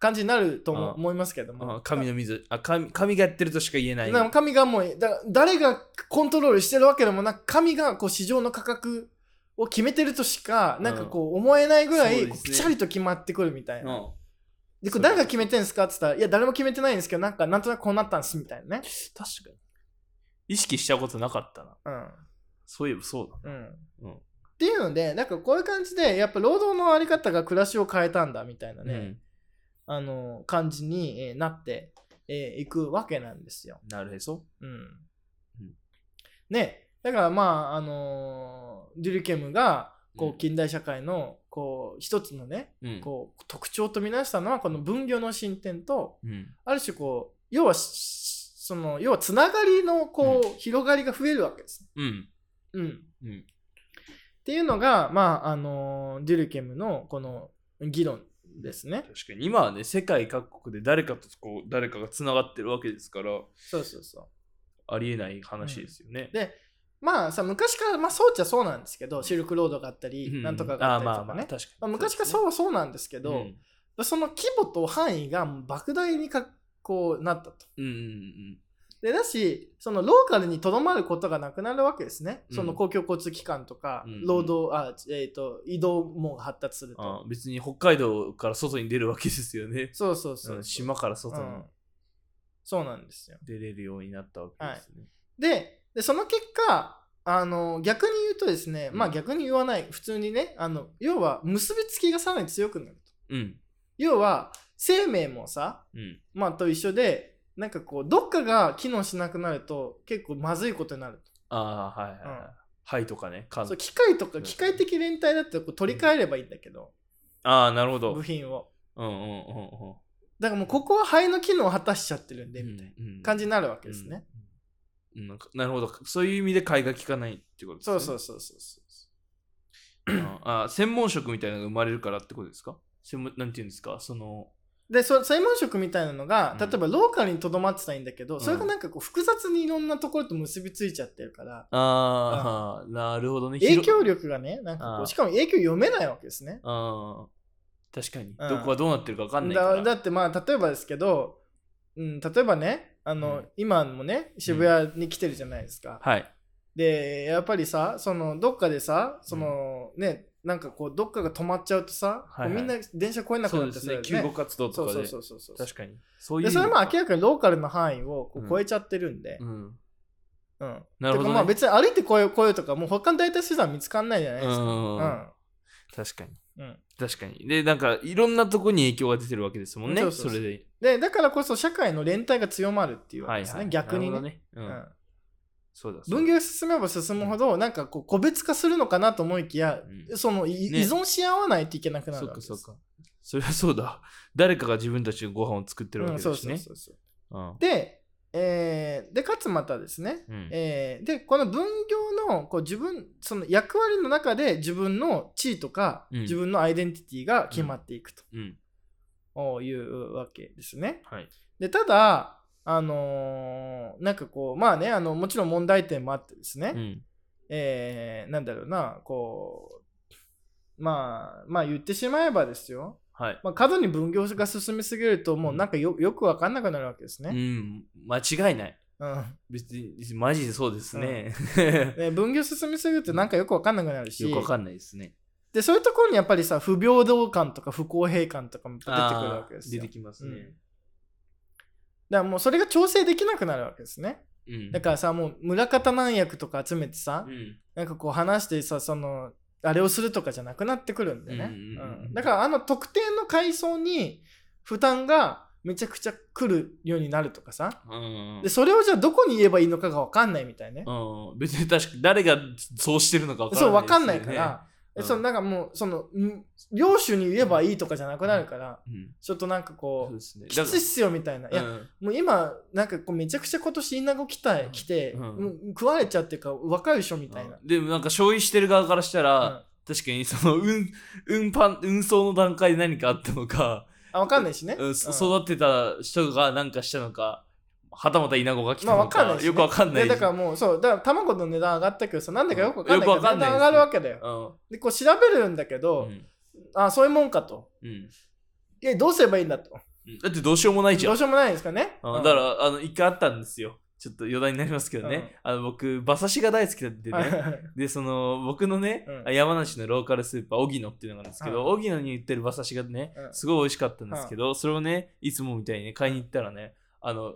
感じになると思
うん
思いますけど
う
も
ん神の水あ神神がやってるとしか言えない
なんか神がもうだ誰がコントロールしてるわけでもなく神がこう市場の価格を決めてるとしかなんかこう思えないぐら
そう
い
ですね
こうピチャリと決まってくるみたいな。
うん
でこれ誰が決めてるんですかって言ったら「いや誰も決めてないんですけどなんかなんとなくこうなったんです」みたいなね。
確かに意識したことなかったな
うん
そういえばそうだ
うん
うん
っていうのでなんかこういう感じでやっぱ労働のあり方が暮らしを変えたんだみたいなね、あの感じにえーなってい、えーいくわけなんですよ。
うん、なるへそ
うん
うん
ねだからまああのーデュリケムがこ
うん
う近代社会のこう一つのね
うん
こう特徴とみなしたのはこの分業の進展と
うん
ある種こう要はしその要はつながりのこう広がりが増えるわけです。
うん
うん、
うん
っていうのがまああのーデュリケムのこの議論ですね。
確かに今はね世界各国で誰かとこう誰かがつながってるわけですから
そうそうそう
ありえない話ですよね、
でまあさ昔から、まあ、そうっちゃそうなんですけどシルクロードがあったり、
うん
なんとかがあったりと
あ
か
まあま
ね
あ、確かに、
まあ、昔から
う
そうはそうなんですけ
け
ど、その規模と範囲がもう莫大にかこうなったと。
うんうんうん
でだしそのローカルにとどまることがなくなるわけですね、
うん
その公共交通機関とか、
うん
労働あ、えー、と移動も発達する
あ
と。
別に北海道から外に出るわけですよね
そうそうそう、
うん島から外
う
に
んそうなんですよ
出れるようになったわけですね、
ででその結果あの逆に言うとですね、
うん
まあ逆に言わない普通にねあの要は結びつきがさらに強くなると
うん
要は生命もさ、
うん。
まあ、と一緒でなんかこうどっかが機能しなくなると結構まずいことになる
ああ、はいはいはい。
うん
肺とかね、肝
そう機械と
う
か
ん
機械的連帯だってこう取り替えればいいんだけど、
ああ、なるほど。
部品を
うんうんうんうん。
だからもうここは肺の機能を果たしちゃってるんでみたいな感じになるわけですね、
うん。うんなんかなるほど。そういう意味で買いが利かないってことです
そ
ね。
うそうそうそうそう
うんあー専門職みたいなのが生まれるからってことですか専門なんていうんですかその
でそ専門職みたいなのが
うん
例えばローカルにとどまってたらいいんだけど、
ん
それがなんかこう複雑にいろんなところと結びついちゃってるから、
あーあなるほどね
影響
広
力がねなんかこ
あー
うしかも影響読めないわけですね
あー確かに、
うん
どこがどうなってるか分かんないか
だ
ら
だってまあ例えばですけど、うん、例えばねあ
う
の、
ん
今もね渋谷に来てるじゃないですか、
はい
でやっぱりさそのどっかでさその、ねなんかこうどっかが止まっちゃうとさ、
はいはい
こうみんな電車来れなく
そう
なっ
で
ちゃ
す
た
ね
よ
救護活動
そ
と
う
か
そう
で
そうそうそう
確かにそういう
でそれはまあ明らかにローカルの範囲をこう超えちゃってるんで、
うん、
うん。
なるほ
て
ど、
か
ね、
まあ別に歩いて来よう来ようとか、もう他の代替手段見つかんないじゃないですか。
うん
う
確かに
ん。うん。
確かにでなんかいろんなとこに影響が出てるわけですもんね
そ
そう
そうそう
れで
で、だからこそ社会の連帯が強まるっていうわ
は
け
い、
ですね、
はい、
逆に
な
ね。
るほど
う
ねうんん、そうだそう
分
だ
業が進めば進むほど、なんかこう個別化するのかなと思いきや、
うん
そのい、
ね
依存し合わないといけなくな
そ
る
う
わけ
か
です。
そうかそりゃそうだ誰かが自分たちのご飯を作ってるわ
う
け
ん
だし
そ
ね、
うそうそうそう。
うん
で、えーで、かつまたですね、
うん
えーで、この分業のこう自分、その役割の中で自分の地位とか、
うん
自分のアイデンティティが決まっていく
うん
というわけですね。
はい
でただあのーなんかこうまあねあのもちろん問題点もあってですね、
うん
えーなんだろうなこうまあまあ言ってしまえばですよ、
はい
まあ、過度に分業が進みすぎるともうなんかよよくわかんなくなるわけです
う
ね。
ん間違いない
うん
別にマジでそうですね、
で分業進みすぎるとなんかよくわかんなくなるし、
よくわかんないですね
でそういうところにやっぱりさ不平等感とか不公平感とかも出てくるわけですよ。
あー出て
だか
きますね
らもうそれが調整できなくなるわけですね。
うん
だからさもう村方難役とか集めてさ、
うん
なんかこう話してさそのあれをするとかじゃなくなってくるんでね、
うんうんうん
うんだからあの特定の階層に負担がめちゃくちゃ来るようになるとかさ
うん
でそれをじゃあどこに言えばいいのかが分かんないみたいね、
うん別に確かに誰がそうしてるのかわからないです
そ
よ
う
ね
分かんないから、
うん
そのなんかもうそのん領主に言えばいいとかじゃなくなるから、
うん
ちょっとなんか
そう
こう
ですね
きついっすよみたいな、い
だ
や
からうん
もう今なんかこうめちゃくちゃ今年イナゴ来た来て、
うん
もう食われちゃってるから分かるでしょみたいな、
うんでもなんか消費してる側からしたら、
うん
確かにその運運搬運送の段階で何かあったのか、
あ分かんないしね、
うん、
うん
そ育てた人が何かしたのかはたまたイナゴが来た
まあ
の
わ
か,、
かんないしね
よくわかんない
いやだからもうそうだから卵の値段上がったけどさなんだかよくわかんない
うんよ
か
くわ
ら
かん
値
ないです
段上がるわけだよ
うん
でこう調べるんだけ
う
ど、
ん
あそういうもんかと
うん
いやどうすればいいんだと
だってどうしようもないじ
ど
ゃ、
うんしようもないですかね、
うん
うん
だからあの一回あったんですよちょっと余談になりますけどね、
うん
あの僕馬刺しが大好きなんでね、
はい
でその僕のね、
うん
山梨のローカルスーパー荻野っていうのがあるんですけど
うん
荻野、に売ってる馬刺しがね
うん
すごい美味しかったんですけど、それをねいつもみたいにね買いに行ったらねあの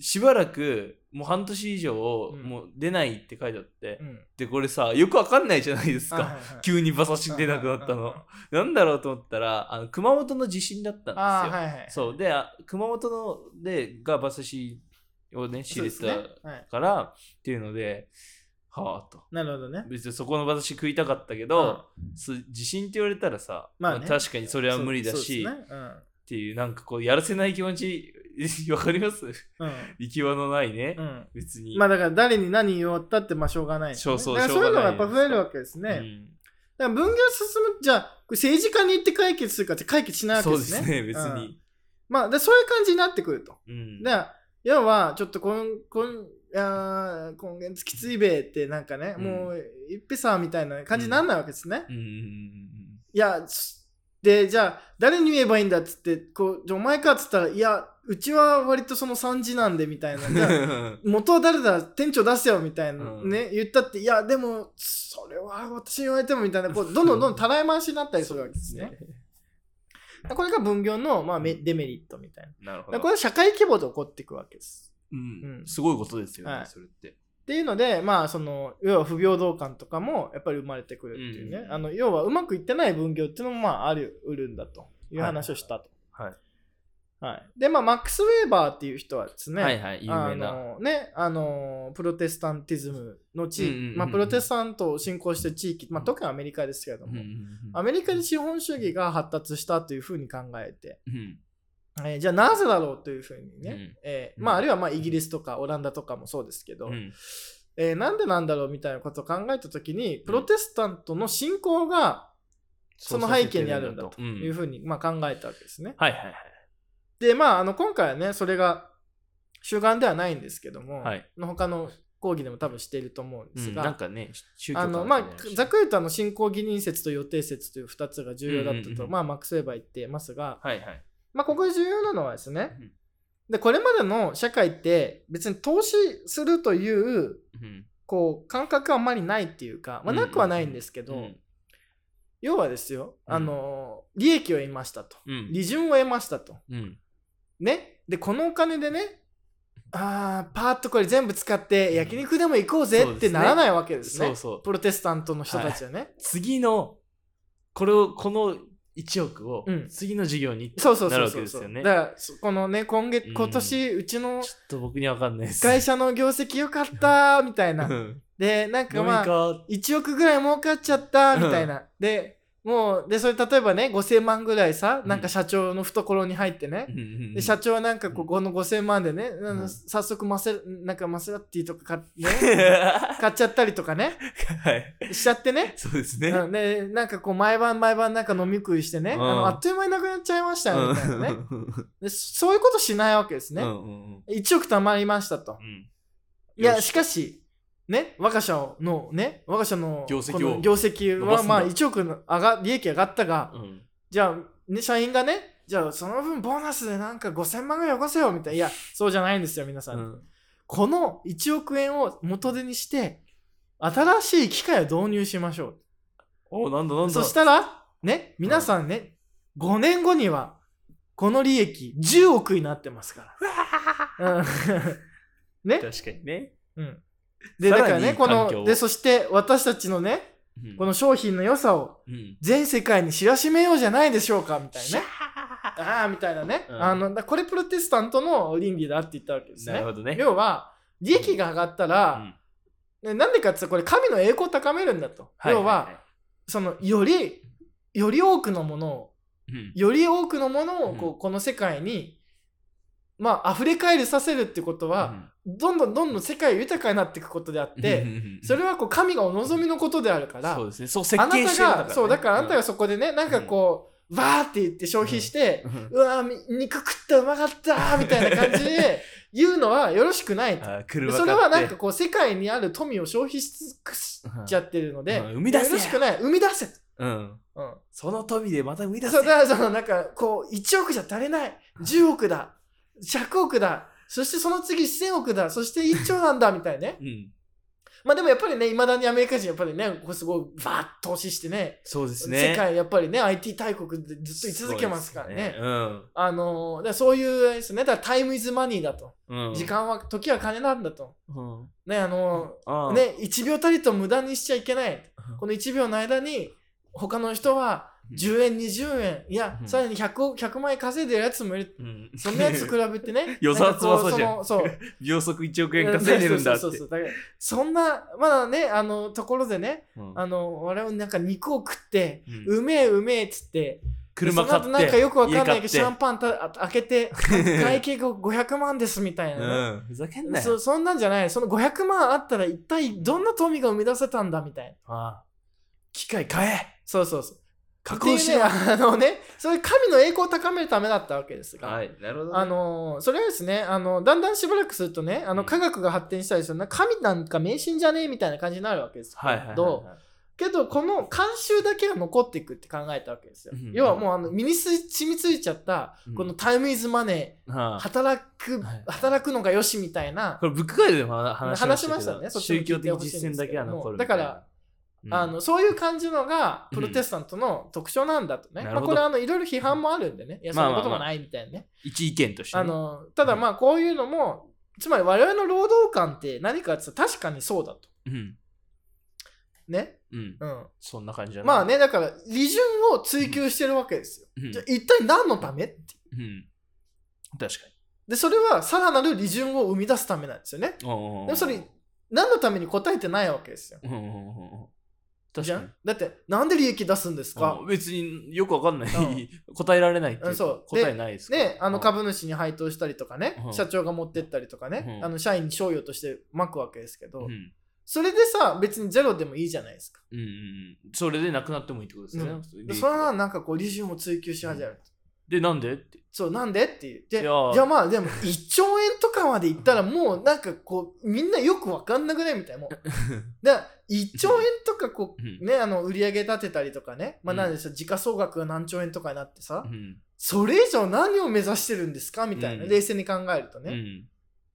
しばらくもう半年以上、
うん
もう出ないって書いてあって、
うん
でこれさよくわかんないじゃないですか、
はいはいはい
急に馬刺し出なくなった
うんうんうん
の、なんだろうと思ったらあの熊本の地震だったんですよ、
あーはいはい
そうであ熊本のでが馬刺しをね仕入れて
そうです
た
ねはい
から、っていうのではあと
なるほどね
別にそこの私食いたかったけど、す地震って言われたらさ、
ま
ま
あ
あ
ね
確かにそれは無理だし、
そうそうですね
っていうなんかこうやらせない気持ち わかります
うん
行き場のないね、
うんうん
別に、
まあだから誰に何言おったってまあしょうがないですね、
そうそう
だからそういうのがやっぱ
しょう
増
が
え
ない
るわけですね、
うん
だから分業進むじゃあこれ政治家に行って解決するかって解決しないわけ
そう
で
です
ね
すね別
うん
に、
まあでそういう感じになってくると
うん
だから要はちょっとこんこんあー今月きついべってなんかね、
うん
もういっぺさみたいな感じになんないわけですね、
うんうんうん
いやすでじゃあ誰に言えばいいんだっつってこうじゃあお前かっつったらいやうちは割とその3時なんでみたいなじ ゃあ
うん
元は誰だ店長出せよみたいな、
うん
ね言ったっていやでもそれは私に言われてもみたいなこうどんどんどんどんたらい回しになったりするわけです ねこれが分業の、まあ、めデメリットみたいな
なるほ
だか
ど
らこれは社会規模で起こっていくわけです
うん
うん
すごいことですよね、
はい
それって
っていうので、まあ、その要は不平等感とかもやっぱり生まれてくるっていうね、
うん
あの要はうまくいってない分業っていうのもまあありうるんだという話をしたと。
はい
はい、でまあマックス・ウェーバーっていう人はですね、
はいはい有名な
あのねあのプロテスタンティズムの地
うんうんうんう
域
ん
まあプロテスタントを信仰してる地域、まあ、特にアメリカですけれど
う
も、
んうん
アメリカで資本主義が発達したというふうに考えて、
うん
えーじゃあなぜだろうというふうにね、
うん
えー
うん
まあ、あるいはまあイギリスとかオランダとかもそうですけど、
うん
えーなんでなんだろうみたいなことを考えた時にプロテスタントの信仰がその背景にあるんだと
うん
いうふうにまあ考えたわけですね。
はいはい
でまああの今回はねそれが主眼ではないんですけども、
はい
他の講義でも多分していると思うんで
はい、う
す
ん、
が、
なんかね宗教
あ
関係
の
ない
まあ、ざっくりとあの信仰義人説と予定説という2つが重要だったと、
うんうんうん
まあ、マックス・ウェーバー言ってますが、
はいはい
まあ、ここで重要なのはですね、
うん
でこれまでの社会って別に投資するという
うん
こう感覚はあんまりないっていうか、まあ、なくはないんですけど、
うん
要はですよ、
うん
あの利益を得ましたと
うん
利潤を得ましたと
うん
ねでこのお金でねあーパーッとこれ全部使って焼肉でも行こうぜ
そう
っ
で
て
すね
ならないわけですね,、
そうそう
プロテスタントの人たちはね、
次のこれをこの1億を
うん
次の授業に、ちょ
そうそう
な
そ
る
う
わけ
そう
ですよね
だからそこのね今月
うん
今年、うちの
っと僕には分かんないです
会社の業績良かったみたいな
うん
でなんか
飲み
まあ
か
1億ぐらい儲かっちゃったみたいな、でもうでそれ例えばね5000万ぐらいさなんか社長の懐に入ってね、
うんうんうん
で社長はなんかこ
うん
この5000万でね、あの
うん
早速マセなんかマセラティとか買,、ね、 買っちゃったりとかね
はい
しちゃってね
そうですね、
うんでなんかこう毎晩毎晩なんか飲み食いしてね、あ
うん
のあっという間になくなっちゃいましたよみたいなね、
うんうん
でそういうことしないわけですね、
うんうんうん
1億貯まりましたと
うん
いや
よ
しかしね我が社のね我が社の
業績を
この業績
伸ば
は
すんだ
まあ1億の上が利益上がったが、
うん
じゃあ、ね、社員がねじゃあその分ボーナスでなんか5000万ぐらいよこせよみたいないやそうじゃないんですよ皆さん、
うん
この1億円を元手にして新しい機械を導入しましょ
おなんだなん
う
だ
そしたらね皆さんね、5年後にはこの利益10億になってますから、うん、 ね
確かにね、
うんで、
さ
だ
らに
からね、こ
環境
の、
を
で、そして私たちのね、
うん
この商品の良さを
うん
全世界に知らしめようじゃないでしょうか、みたいなね。ああ、みたいなね。
うん
あの、だこれプロテスタントの倫理だって言ったわけです
なる
ね。
ほどね
要は、利益が上がったら、ねなんでかって言ったらこれ神の栄光を高めるんだと。要は、、その、より、より多くのものを、
うんはい
より多くのものをこう、
う
この世界に、まあ、溢れ返りさせるってこと
はいはい
は、どんどんどんどん世界豊かになっていくことであっ
うん
て、
うんうんうん
それはこう神がお望みのことであるから、
そうですねそう設
あな
計してるんだから、
たが、
ね、
そう、だからあなたがそこでね、なんかこう、わーって言って消費して
う、ん
うわーみ、肉食った、うまかった ーみたいな感じで言うのはよろしくないと。
あー
で
車
それはなん
買
か
って
こう、世界にある富を消費し尽くしちゃってるので、
うんうん生み出せ
よろしくない、生み出せと。
うん
うん、
その富でまた生み出せ
そうだからそのなんかこう1億じゃ足りない10億だ100億だそしてその次1000億だそして1兆なんだみたいなね
うん、
まあでもやっぱりね、いまだにアメリカ人やっぱりね、こうすごいバーッと投資してね、
そうですね
世界やっぱりね、IT 大国でずっと居続けますからね。
そうですうん
あのーだからそういうあれですね、だからタイムイズマニーだと。
うん、
時、間は、時は金なんだと。
うん
ね、あのー
あー、
ね、1秒たりと無駄にしちゃいけない。
うん
この1秒の間に、他の人は
うん
10円、20円、いや
う、ん
さらに 100, 億100万円稼いでるやつもいる。
うん、。
そんなやつ比べてね
与沢翼じゃん
なんかこうそのそう。
秒速1億円稼いでるんだって
そうそうそうそうだからそんな、まだね、あの、ところでね、
うん
あの、我々なんか肉を食って、
うん
うめえうめえっつって、
車
でそ
買
の
っ
後
て
なんかよくわかんないけ
家買っ
ど、
て
シャンパンたあ開け て、会計が500万ですみたいなね。
うん、ふざけんなよ
そそんなんじゃないその500万あったら一体どんな富が生み出せたんだみたいな
ああ機械買え
そうそうそう
加
ってい
工
う
し
ね
ろ、
あのねそういう神の栄光を高めるためだったわけですが、
いなるほどね
あのそれはですねあのだんだんしばらくするとねあの科学が発展したりするな神なんか迷信じゃねえみたいな感じになるわけですけど、
はいはいはいは
けどこの慣習だけが残っていくって考えたわけですよ、
うん
要はもうあの身にす染みついちゃった
うん
このタイムイズマネ
い
ー
はあ
働く、
はい
働くのがよしみたいな
これブックガイドでも話
話し
しま
ま
し
したた
けど
ねそっちも
宗
聞
教
いて
的
ほしいん
実
で
践だ
すけど
けは残るみた
だ
い
か
な
ら、
うん
あのそういう感じのが
うん
プロテスタントの特徴なんだとね、
なる
まあ、
ほど
これあのいろいろ批判もあるんでねいやそ
まあ
ん
ま
な
あまあ
こともないみたいなね、
一意見としてね
あのただまあこういうのもつまり我々の労働観って何かって言ったら確かにそうだと
うん
ね、
うん
うん、
そんな感じだな
まあねだから利潤を追求してるわけですよ
うん
じゃあ一体何のためって
うん。確か
でそれはさらなる利潤を生み出すためなんですよね
に。お
でもそれ何のために答えてないわけですよ
うんうんうんうん確
じゃ
かに
ん。だってなんで利益出すんです
あ
か
別によくわかんない、
う
答えられないっていう
うんそう
答えないですから
ね、あの株主に配当したりとかね、
うん
社長が持ってったりとかね、
うん
あの社員に賞与としてまくわけですけ
う
ど、
んうん
それでさ別にゼロでもいいじゃないですか、
うんうん、それでなくなってもいいってことですよね、
うん
そ
で
れで
それはなんかこう利潤を追求し始める、
でなんでって
そうなんでって言って
いや
いや
ー
まあでも1兆円とかまでいったらもうなんかこうみんなよくわかんなくないみたいな もうだから1兆円とかこ
うん
うねあの売り上げ立てたりとかねまあ
うん
なんでしょう時価総額が何兆円とかになってさ、
うん
それ以上何を目指してるんですかみたいな、
うん
冷静に考えると
う
ね、
ん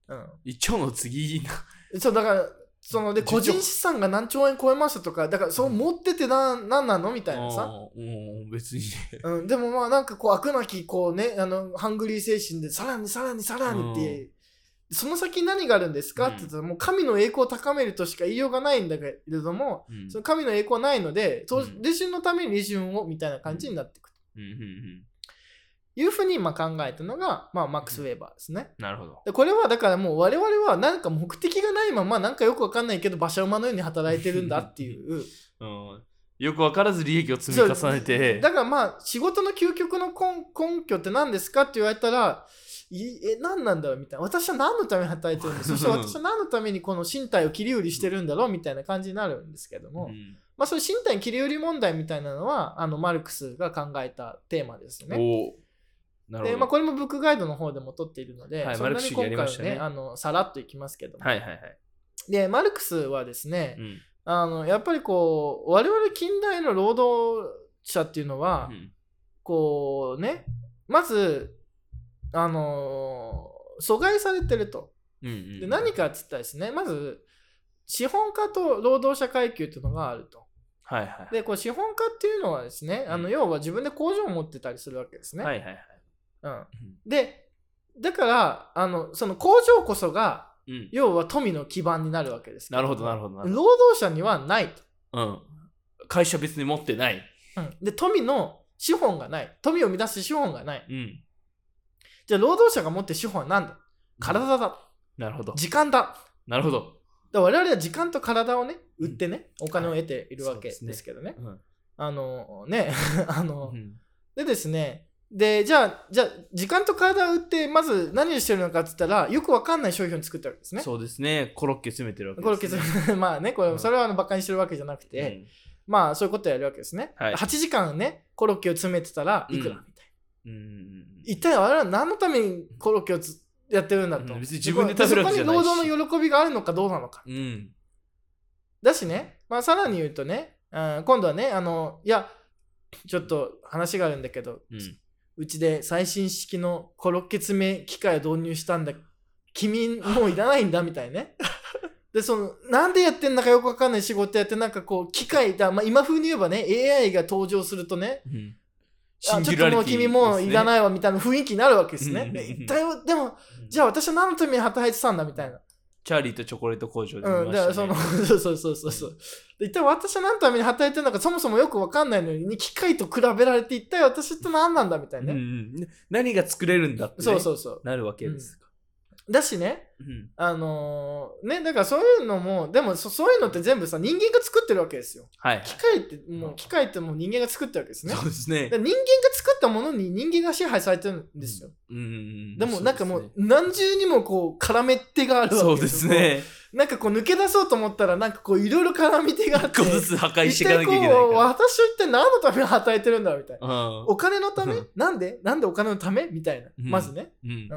うん、
一応の次な
そうだからそので
10
個人資産が何兆円超えましたとかだからそう持っててな何なのみたいなさ、
おーおー別にね
うん、でもまあなんかこう飽くなきこうねあのハングリー精神でさらにさらにさらにってその先何があるんですかって言ったらもう神の栄光を高めるとしか言いようがないんだけれども
うん
その神の栄光はないので当
うん
利潤のために利潤をみたいな感じになっていくと
うんうんうん
いうふうにまあ考えたのが、まあ、マックス・ウェーバーですね。
なるほど
でこれはだからもう我々はなんか目的がないままなんかよくわかんないけど馬車馬のように働いてるんだっていう
うんよく分からず利益を積み重ねて
だからまあ仕事の究極の根根拠って何ですかって言われたらいえ何なんだろうみたいな私は何のために働いてる んですそして私は何のためにこの身体を切り売りしてるんだろうみたいな感じになるんですけども、
うん
まあそういう身体切り売り問題みたいなのはあのマルクスが考えたテーマですね。
おーなるほ
で
ど、
まあ、これもブックガイドの方でも取っているので、
はい
そんな
マルク
に
ス主義
今
やり
回
ま
は
した
ね
ね
あのさらっといきますけども、
はいはいはい、
でマルクスはですね、
うん
あのやっぱりこう我々近代の労働者っていうのは、
うん
こうねまずあのー阻害されてると
うんうん
で何かっつったらですねまず資本家と労働者階級っていうのがあると
はいはい
でこう資本家っていうのはですねあ
う
の
ん
要は自分で工場を持ってたりするわけですね、
はいはいはい
うん
ん、
でだからあのその工場こそが
うん
要は富の基盤になるわけですけ
なるほどなるほどなるほ
労働者にはないと
ど、うん、会社別に持ってない
うんで富の資本がない富を生み出す資本がない
うん
じゃあ労働者が持ってる資本は何だ体だ
なるほど
時間だだか
なるほど
ら我々は時間と体をね売ってね、お金を得ているわけ
そうですね
ですけどね、
うん
あのね あの、
うん
でですねでじゃあじゃあ時間と体を売ってまず何をしてるのかって言ったらよくわかんない商品を作ったわけですね
そうですねコロッケ詰めてるわけ
これ
です、
結
ね、
論 まあねこ
う
れ
ん
それはあのバカにしてるわけじゃなくて、まあそういうことをやるわけですね、
はい
8時間ねコロッケを詰めてたらいくら、
うん
みたいな
うん、うんうん
一体我々は何のためにコロッケをつやってるんだと、
うん別に自分で食べるわけじゃないし
そこに労働の喜びがあるのかどうなのか
うん、うん
だしね、まあ、さらに言うとね、うん今度はねあのいやちょっと話があるんだけど、
うん
うちで最新式のコロッケ詰め機械を導入したんだ君もういらないんだみたいなねでそのなんでやってんだかよくわかんない仕事やってなんかこう機械だ、まあ、今風に言えばね AI が登場するとね
うんシ
あ
ン
ちょ
ギ
っ
ュラ
と
リ
も
ティ
う君もういら
い、
ないわみたいな雰囲気になるわけです
う
ね
ん。
で一体はでも、じ
ゃ
ゃあ私は何のために働いてたんだみたいな。
チャーリーとチョコレート工場で
うん、
見ま
だ
し
か
た、
ら
ね、
その、そう そうそうそうそう。で一体私は何のために働いてるのかそもそもよくわかんないのに、機械と比べられて一体私って何なんだみたい
うんう
なね。
ん、何が作れるんだって、ね、
そうそうそう。
なるわけですか、
だしね、
うん
あのーね、だからそういうのも、でもそそういうのって全部さ、人間が作ってるわけですよ。
はいはい
機械って、もう機械ってもう人間が作ってるわけですね。
そうですね
だから人間が作ったものに人間が支配されてるんですよ。
うんうん
でもなんかも
そう
何重にもこう絡め手があ
う
る
そ
わ
う
け
です。ね
なんかこう抜け出そうと思ったらなんかこういろいろ絡み手があっ
一個
て。
ずつ破壊してい
一
かなきゃ
体こ
いけないうか
私は一体何のために働いてるんだみたいな。
らうん
お金のため
うん
なんでなんでお金のためみたいな。
うん
まずね。
うん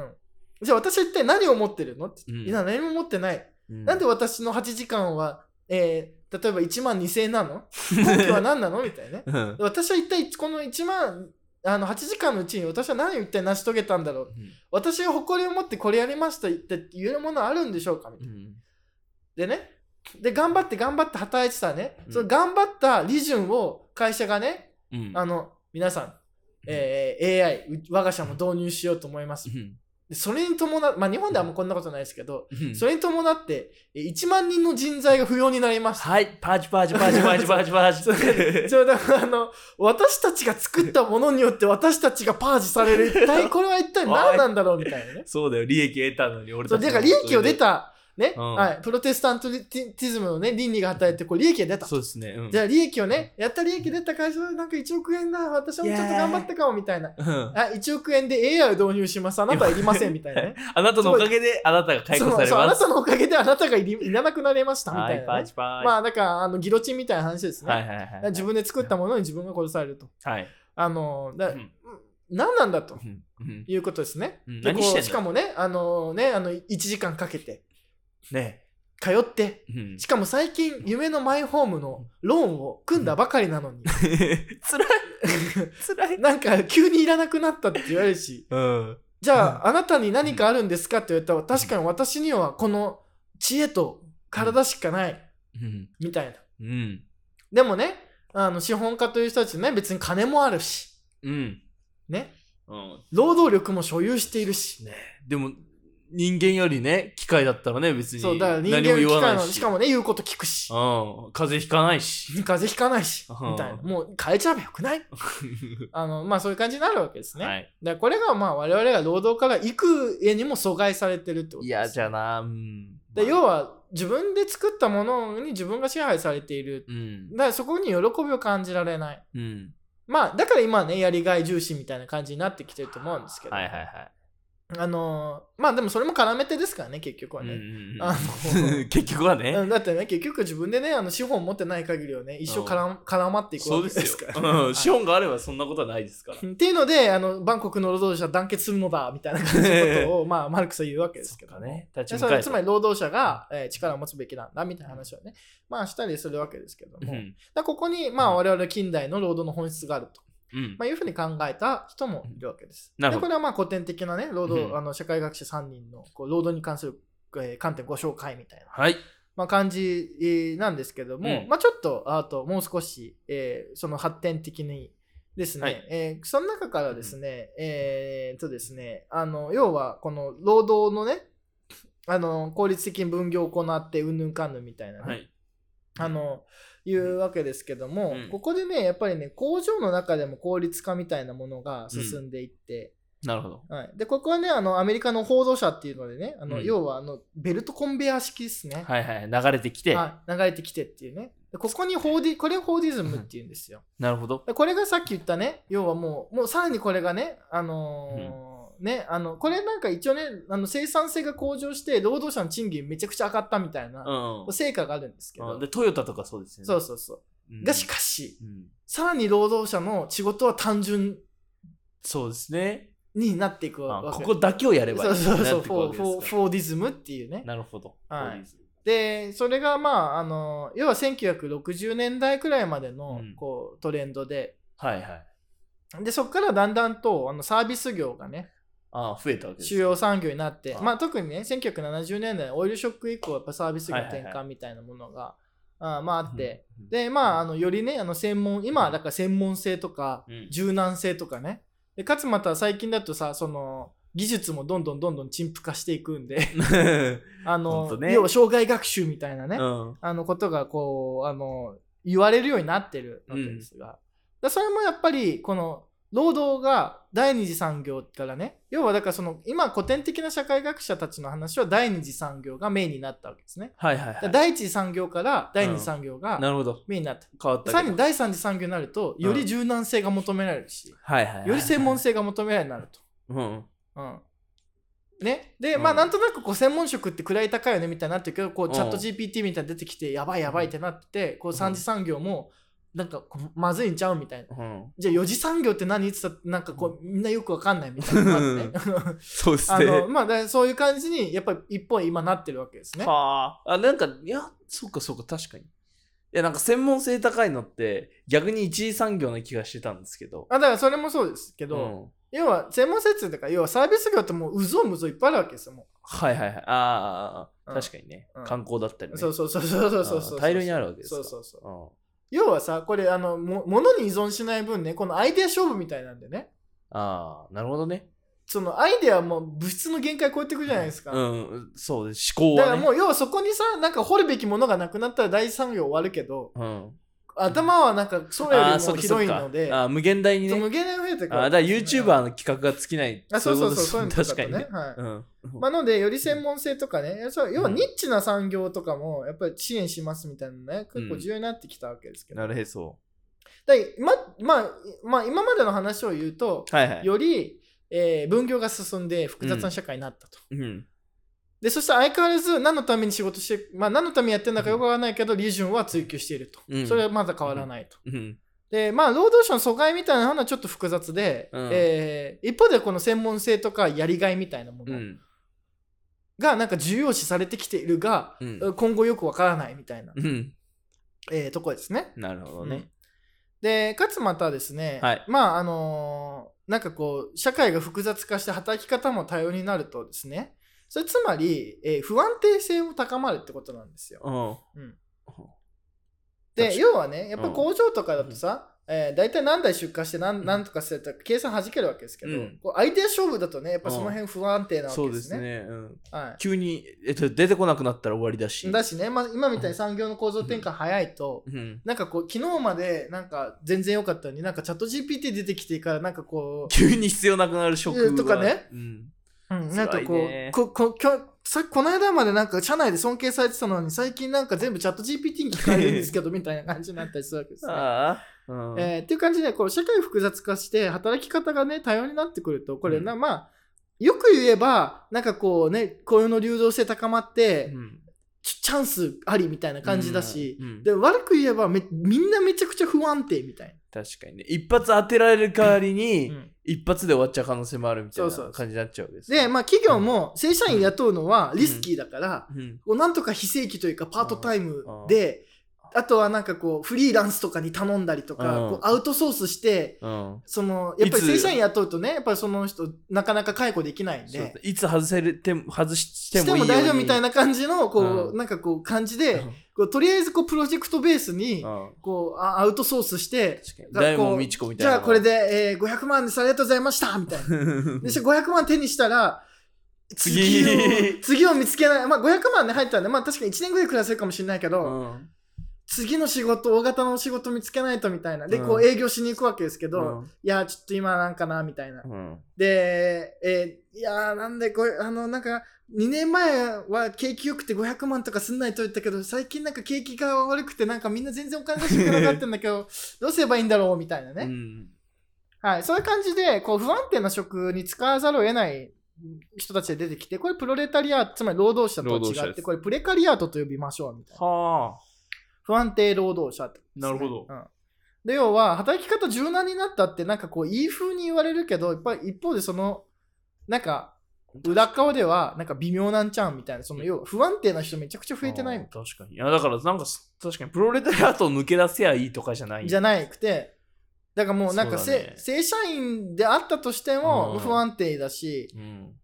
じゃあ私は一体何を持ってるのって言って。
うん
いや何も持ってない。
うん
なんで私の8時間は、えー例えば1万2000円なの 根拠は何なのみたいなね。
うんうん
私は一体この1万あの8時間のうちに私は何を一体成し遂げたんだろう私が誇りを持ってこれやりましたって言えるものあるんでしょうかみた
う
いなんでねで頑張って頑張って働いてたね、
うん
その頑張った利潤を会社がね、
うん
あの皆さん、えー AI う我が社も導入しようと思います、
うん
でそれに伴う、まあ、日本ではあんまこんなことないですけど、
うん
それに伴って、え1万人の人材が不要になりました。
はい、パーチパーチ パーチパーチパーチパーチ。
ちょうどあの私たちが作ったものによって私たちがパージされる一体これは一体何なんだろうみたいな ね
そうだよ、利益得たのに俺
そ
た
う
ち。
だから利益を出。た、ね
うん
はい、プロテスタントリティズムの、ね、倫理が働いてこう利益が出た
そうですね。うん
じゃあ利益をねやった利益出た会社なんか1億円だ私もちょっと頑張ったかもみたいな
うん
あ1億円で AI を導入しますあ なたはいりませんみたいなね
あなたのおかげであなたが解
そ
雇さ
う
れ
そうあ
ま
な
す。
たのおかげであなたがいりいらなくなれましたみた
はいい、パ
な、
ー
ね
チパー
まあだからあのギロチンみたいな話です
チ。
ね、
はいはいはいはい。
自分で作ったものに自分が殺されると。
はい。
あのだ
うん
何なんだと
うんうん
いうことですね。
うん
で
何
こう
してんの
しかもね、あのね、あの1時間かけて、
ね
通って、
うん
しかも最近、夢のマイホームのローンを組んだばかりなのに、
つらい。つらい。
なんか急にいらなくなったって言われるし、
うん。
じゃあ、あなたに何かあるんですかって言われたら、確かに私にはこの知恵と体しかない、
うん。
みたいな。
うん。
でもね、あの資本家という人たちね、別に金もあるし、
うん。
ね、
うん。
労働力も所有しているし、
でも、人間よりね、機械だったらね、別に。
そう、だから人間
何も
機
言わ
械
な
ないので
し。
しかもね、言うこと聞くし、
うん。風邪ひかないし。
風邪ひかないし、
うん
みたいな。もう変えちゃえばよくないあの、まあそういう感じになるわけですね。
はい。
でこれがまあ我々が労働から幾重にも阻害されてるってことです。
嫌じゃな。うん。
で要は自分で作ったものに自分が支配されている。
うん。
だからそこに喜びを感じられない。
うん。
まあだから今ね、やりがい重視みたいな感じになってきてると思うんですけど、
はいはいはい。
あのーまあでもそれも絡めてですからね、結局は
うん
ね。
うんうん
あ の
結局はね、
うん、だってね、結局自分でね、あの資本持ってない限りはね、一生絡,、絡まっていく
そ
わ
う
け
で
ですす
よ
から、ね。
う
は
ん。
い
資本があればそんなことはないですから。
っていうので、あの、バンコクの労働者団結するのだ、みたいな感じのこと を、まあ、マルクスは言うわけですけども。
ね。立
で
ち
そ
向か
れ
え
つ
と
まり労働者が、えー力を持つべきなんだみたいな話をね、まあしたりするわけですけど
う
も、だか
ん。
らここに、まあ、我々近代の労働の本質があると、
うん。
まあ、いうふうに考えた人もいるわけです。
なる
で
ほど
これはまあ古典的なね労働、
うん
あの社会学者3人のこう労働に関する、えー観点ご紹介みたいな、
はい。
まあ、感じえーなんですけども、
うん
まあ、ちょっとあともう少し、えーその発展的にですね、
はい
えーその中からですね、えーっとですねあの要はこの労働のねあの効率的に分業を行ってうんぬんかんぬんみたいなね、
はい。
あのいうわけですけども、
うん
ここでねやっぱりね工場の中でも効率化みたいなものが進んでいって、
なるほど。
はい、でここはねあのアメリカの報道者っていうのでねあの、
うん
要はあのベルトコンベヤー式ですね、
はいはい。流れてきて、
はい、流れてきてっていうね。でここにホーディ、これをホーディズムっていうんですよ。
なるほど。
でこれがさっき言ったね、要はもう、もうさらにこれがね、あのーね、あの、これなんか一応ね、あの生産性が向上して、労働者の賃金めちゃくちゃ上がったみたいな、
うん
成果があるんですけ
う
ど
ん。で、、トヨタとかそうですよね。
そうそうそうう。
ん
がしかし、
うん
さらに労働者の仕事は単純
そうですね。
になっていく
あ
わ
こ
け。
こだけをやればいい
そうそうそう、
なって
フ
くわ
ォー
け
フォー
ですか
フォーディズムっていうね
ら。なるほど。
は
フォー
い
ディズム
でそれがまああの要は1960年代くらいまでの
うん
こうトレンドで,、
はいはい。
でそこからだんだんとあのサービス業がね
ああ、増えたわけです
主
ね。
要産業になって
あ
まあ、特にね1970年代オイルショック以降やっぱサービス業
はいはいはい
転換みたいなものが、あまああって、
うん、
でまああのよりねあの専門今はだから専門性とか
うん
柔軟性とかねでかつまた最近だとさその技術もどんどんどんどん陳腐化していくんで あ
ほん
の、
とね
要は障害学習みたいなね、
うん。
あのことがこうあの言われるようになってるわけですが、だそれもやっぱりこの労働が第二次産業からね要はだからその今古典的な社会学者たちの話は第二次産業がメインになったわけですね。
はいはいは
だ
い。
第一次産業から第二次産業が
なるほど。
メインになった。
変わったけど
さらに第三次産業になるとより柔軟性が求められるし、
はいはいはい。
より専門性が求められるようになると。
うん。
うんね、で、まあ
うん
なんとなくこう専門職って位高いよねみたいになってるけどこう
うん
チャット GPT みたいに出てきてやばいやばいってなっててこう3次産業もなんかこうまずいんちゃうみたいな。
うん。
じゃあ4次産業って何って言ってたなんかこうみんなよくわかんないみたいなのがあってね
そうです
あ
ね。
のまあだからそういう感じにやっぱり一本今なってるわけですね。
はあ。あ、なんか、いや、そうかそうか、確かに。いや、なんか専門性高いのって、逆に一次産業な気がしてたんですけど。
あだからそれもそうですけ
け
ど、要は専門設だから要はサービス業ってもううぞうむぞいっぱいあるわけですよも
はいはいはい。あーあー、あー
うん
確かにね、
うん
観光だったり
う。
ね。
そうそうそうそうそうそうそう。
あー大量にあるわけですか
そうそうそう。
うん
要はさこれあのも物に依存しない分ねこのアイデア勝負みたいなんでね
ああ、なるほどね。
そのアイデアも物質の限界超えていくじゃないですか、
うん、そうです。思考
だか
は
ら
ね。
もう要はそこにさなんか掘るべきものがなくなったら第三行終わるけど
うん、
頭はなんかそれよ
ああ、
り
そっ
も
か
ひ
そ
ど
っ
い
か。あ
ので
ー無限大に
その
ね。
無限大に増えてく
あーだから YouTuber の企画が尽きない。
あそうそうそうそういう
い
の
こと
と
で
か
す
と
ね確かに
ね
ね。う
はい
ん。
まあのでより専門性とかねそう要は
うん
ニッチな産業とかもやっぱり支援しますみたいなのね結構重要になってきたわけですけど、
なるへそ。
だ今まあまあ、今までの話を言うと、
はいはい。
より、えー分業が進んで複雑な社会になったと。
うん。
でそして相変わらず何のために仕事して、まあ、何のためにやってるのかよくわからないけど、リージョンは追求していると、
うん
それはまだ変わらないと。
うん。
でまあ労働者の阻害みたいなのはちょっと複雑で、
うん
えー一方でこの専門性とかやりがいみたいなも
う
の
ん。
がなんか重要視されてきているが、
うん。
今後よくわからないみたいな、
うん。
えーとこですね。
なるほど
う
ね
ん。でかつまたですね、
はい
まああのーなんかこう社会が複雑化して働き方も多様になるとですねそれつまり、えー不安定性も高まるってことなんですよ。
うん。確
で
か
要はねやっぱ
うん
工場とかだとさ、えー大体何台出荷して何,、
ん
ん、何とかしてたら計算はじけるわけですけど、
うん
こうアイデア勝負だとねやっぱその辺不安定なわ
そ
け
う
で
です
ね。
すね。うん。
は
急に、えっと、出てこなくなったら終わりだし。
い、だしね、まあ、今みたいに産業の構造転換早いと、
うん。
なんかこう昨日までなんか全然良かったのになんかチャット GPT 出てきてからなんかこう
急に必要なくなる職は
とかね。
うん。
うん、なんかこ
辛いね
う、こ、こ、きょさこの間までなんか社内で尊敬されてたのに、最近なんか全部チャット GPT に聞かれるんですけど、みたいな感じになったりするわけです、ね。
ああ。うん。
えーっていう感じで、こう、社会複雑化して、働き方がね、多様になってくると、これな、まあ、よく言えば、なんかこうね、雇用の流動性高まって、
うん
チチャンスありみたいな感じだし、
うんうん
で悪く言えばめ、みんなめちゃくちゃ不安定みたい
確かにね。一発当てられる代わりに、
な。
一発で終わっちゃう可能性もあるみたい
そう
な
そう
感じになっちゃうわけですね。
で、まあ、企業も正社員雇うのはリスキーだから、
うん。
こうなんとか非正規というかパートタイムで、あとはなんかこうフリーランスとかに頼んだりと
うん
か、こうアウトソースして、
うん。
そのやっぱり
いつ
正社員雇うとね、やっぱりその人なかなか解雇できないん
そう
で、
いつ外せるても外して
して
もいい
も
ように
大丈夫みたいな感じの、こ
うん
う、なんかこう感じ
う
で
ん、
こうとりあえずこうプロジェクトベースに、
うん
こうあアウトソースして、
確かに
が
大
こ
門
う
みちこみた
じ
いな
ゃあこれ で、えー500万です、ありがとうございましたみたいな。で、そして500万手にしたら、
次
を、次を見つけない。まあ500万ね入ったんで、まあ確かに1年ぐらい暮らせるかもしれないけど、
うん
次の仕事大型の仕事見つけないとみたいなで、
うん
こう営業しに行くわけですけど、
うん
いやちょっと今なんかなみたいな、
うん
で、えーいやーなんでこれあのなんか2年前は景気良くて500万とかすんないと言ったけど最近なんか景気が悪くてなんかみんな全然お金がしくなかったんだ けどどうすればいいんだろうみたいなね、
うん
はい、そういう感じでこう不安定な職に使わざるを得ない人たちが出てきてこれプロレタリアつまり労働者と
労働者
違っ
です
てこれプレカリアートと呼びましょうみたいな
はあ
不安定労働者ってことで
な
すね、
るほど
うんで要は働き方柔軟になったってなんかこういい風に言われるけどやっぱり一方でそのなんか裏側ではなんか微妙なんちゃうんみたいなその要は不安定な人めちゃくちゃ増えてない
あ
み
ー確かにいやだからなんかす確かにプロレタリアートを抜け出せやいいとかじゃな
た
い
いじゃなくてだからもうなんか
そうだね
せ正社員であったとしても
うん
不安定だし
うん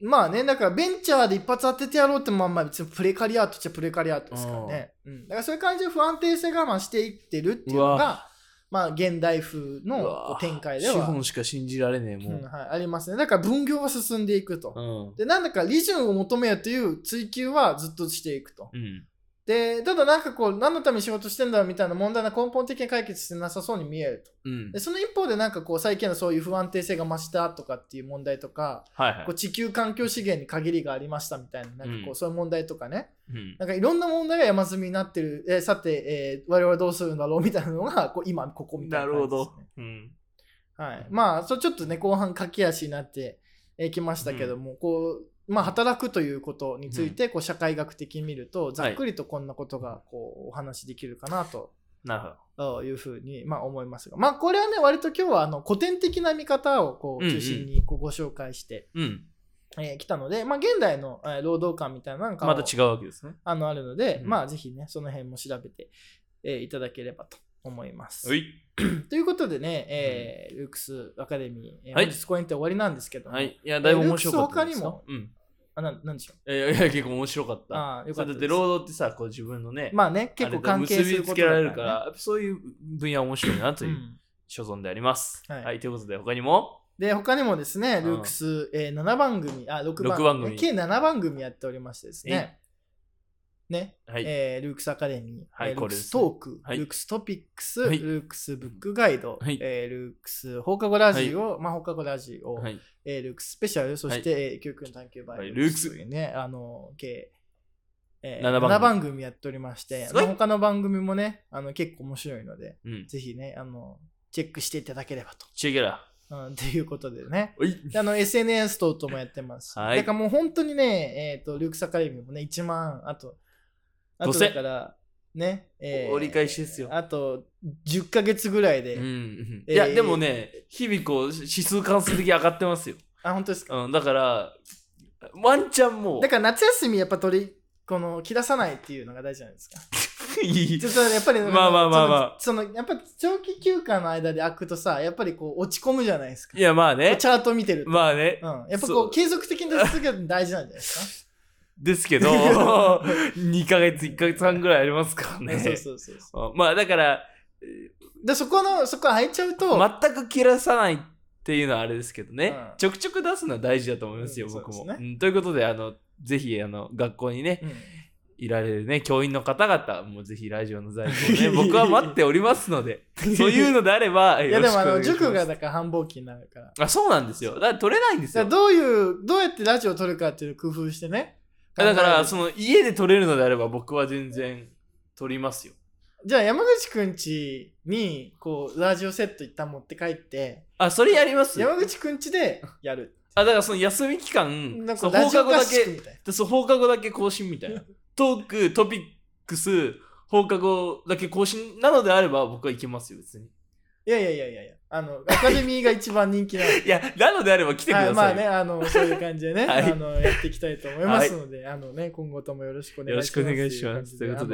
まあねだからベンチャーで一発当ててやろうってもあんま別にプレカリアートっちゃプレカリアートですからね、うん、だからそういう感じで不安定性が増していってるっていうの
う
がまあ現代風の
う
こ
わ
う展開で
資
は
本しか信じられねえ
うん
も
はい、ありますね。だから分業が進んでいくと。
んうん
で、なんだか利潤を求めようという追求はずっとしていくと。
うん
で、ただなんかこう、何のために仕事してんだろうみたいな問題が根本的に解決してなさそうに見えると。
うん
で、その一方でなんかこう、最近のそういう不安定性が増したとかっていう問題とか、
はいはい
こう地球環境資源に限りがありましたみたいな、なんかこ
うん
う、そういう問題とかね。
うん
なんかいろんな問題が山積みになってる。えーさて、えー我々はどうするんだろうみたいなのが、こう、今、ここみたい
な
な
る
感
ほ
じですね、
どうん
はい、まあそうちょっとね後半駆け足になってえーきましたけども、こうまあ、働くということについてこう社会学的に見ると、ざっくりとこんなことがこうお話しできるかなと
なるほど
あいうふうに、まあ、思いますが、まあ、これはね割と今日はあの古典的な見方をこう
うんうん
中心にこうご紹介して
うん
き、えー来たので、まあ、現代のえー労働観みたいなのが
また違うわけですね
あのあるので、
うん
まあ、ぜひねその辺も調べて、えーいただければと思います。
はい
ということでね、えールークスアカデミー、えー
はい
本日公演って終わりなんですけども、
はいいやだいぶ面白かった
ルークス他にも
うん
あななんでしょう
いやいや結構面白かった
ああよ
そ
かっ
れだっ
たです
て労働ってさこう自分のね、
まあね結
あれ
構
と
関係す
結
る
び
こ
つ
と
けられる
だ
か
から
らそういう分野面白いなと
ね
いう所存であります、
はい
はいということで他にも、
で、他にもですね、ルークス、えー、7番組、あ、6番
六番組
計7番組やっておりましてですね。ね、
はい
えールークスアカデミー、
はい
えール
これ
ー
で
クス
すね
トーク、
はい
ルークストピックス、
はい
ルークスブックガイド、
はい
えールークス放課後ラジオ、まあ、放課後ラジオ、
はい。
えールークススペシャル、そして、えー教育の探求版、
はい
というね、あの、計、え
7番
7
組
番組やっておりまして、
すご
ま
い
あ、他の番組もね、あの結構面白いので、
うん。
ぜひね、あの、チェックしていただければと。
チェケラ。
うん、っていうことでね。
おい。
であの、SNS 等々もやってますし。
はい
だからもう本当にね、えっ、と、ルークスアカデミーもね、1万、あと、あと
5000
だから、ね、え
折り返しですよ
あと、10ヶ月ぐらいで、
うんうん。
えー
いや、でもね、日々こう、指数関数的に上がってますよ。
あ、本当ですか。
うん。だから、ワンチャンもう
だ、から夏休みやっぱ取り、この、切らさないっていうのが大事じゃないですか。
いい
ちょっとやっぱり、
まあまあまあまあ
その、そのやっぱ長期休暇の間で開くとさ、やっぱりこう、落ち込むじゃないですか。
いや、まあ
チ
ね。
ャート見てると。
まあね。
うん、やっぱ
そ
こ
う
う継続的に出し続けるの大事なんじゃないです
です けど、2ヶ 月、1ヶ月半ぐらいありますから
か、
ね。
そうそうそうそう
うんまあ、だから、
でそこのそこ空いちゃうと、
全く切らさないっていうのはあれですけどね、
うん
ちょくちょく出すのは大事だと思いますよ、
うん
僕も
そう、ですね
うんということであのぜひあの学校にね
うん
いられるね教員の方々もうぜひラジオの在 庫をね僕は待っておりますのでそういうのであれば
い
よ
や
ろ
で
しく
もあ
お願いします
の塾がだから繁忙期になるからだか
あそうなんですよだから取れないんです
ら
よ
どういうどうやってラジオを撮るかっていうのを工夫してね
だからそ
の
の家で取れるのであれば僕は全然取りますよ
じゃあ山口くんちにこうラジオセット一旦持って帰って
あそれやります
山
よ
口くんちでやる
あだからその休み期間
なん
そ
か
う
ラ
放
ジ
課
オ
後だ
合宿
け
みたい
でそう放課後だけ更新みたいなトークトピックス放課後だけ更新なのであれば僕は行けますよ別に
ないやいやいやいやいやあのアカデミーが一番人気なの
いやなのであれば来てください
は
よ、
まあね、あの、そういう感じで ね、
はい
あの、やっていきたいと思いますので、あのね、今後ともよろしくお願いします。
よろしくお願いします
いう感じ
というこ
あ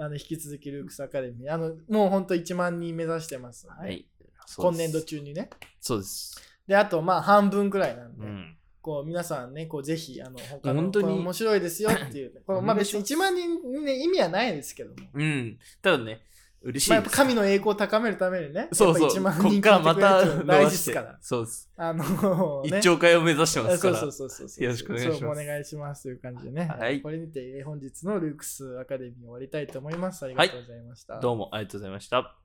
の、あの引き続きルークスアカデミー、あの、もう本当1万人目指してますので、
はいそう
今
です
年度中にね。
そうです
で、あと、まあ、半分くらいなん
う
で、
ん
こう、皆さんね、こう、ぜひ、あの、他の、
本当に
これ面白いですよっ ていう、こうまあ、別に1万人にね、意味はないですけども、
うんただね嬉しい
まあ、や
で
っ
す、
ぱ神の栄光を高めるためにね、
そうそう
やっぱ1万
こっ
人
からまた
聞いてくれるっていうのは大事ですか
伸
ら
ばし。てそうです、
あの、ね
一兆回を目指してます
そ
か
う
ら
そうそうそうそう。
よろしくお願いします
そうお願いしますという感じでね。
はい
これにてえー本日のルークスアカデミーを終わりたいと思います。ありがとうございました。
どうもありがとうございました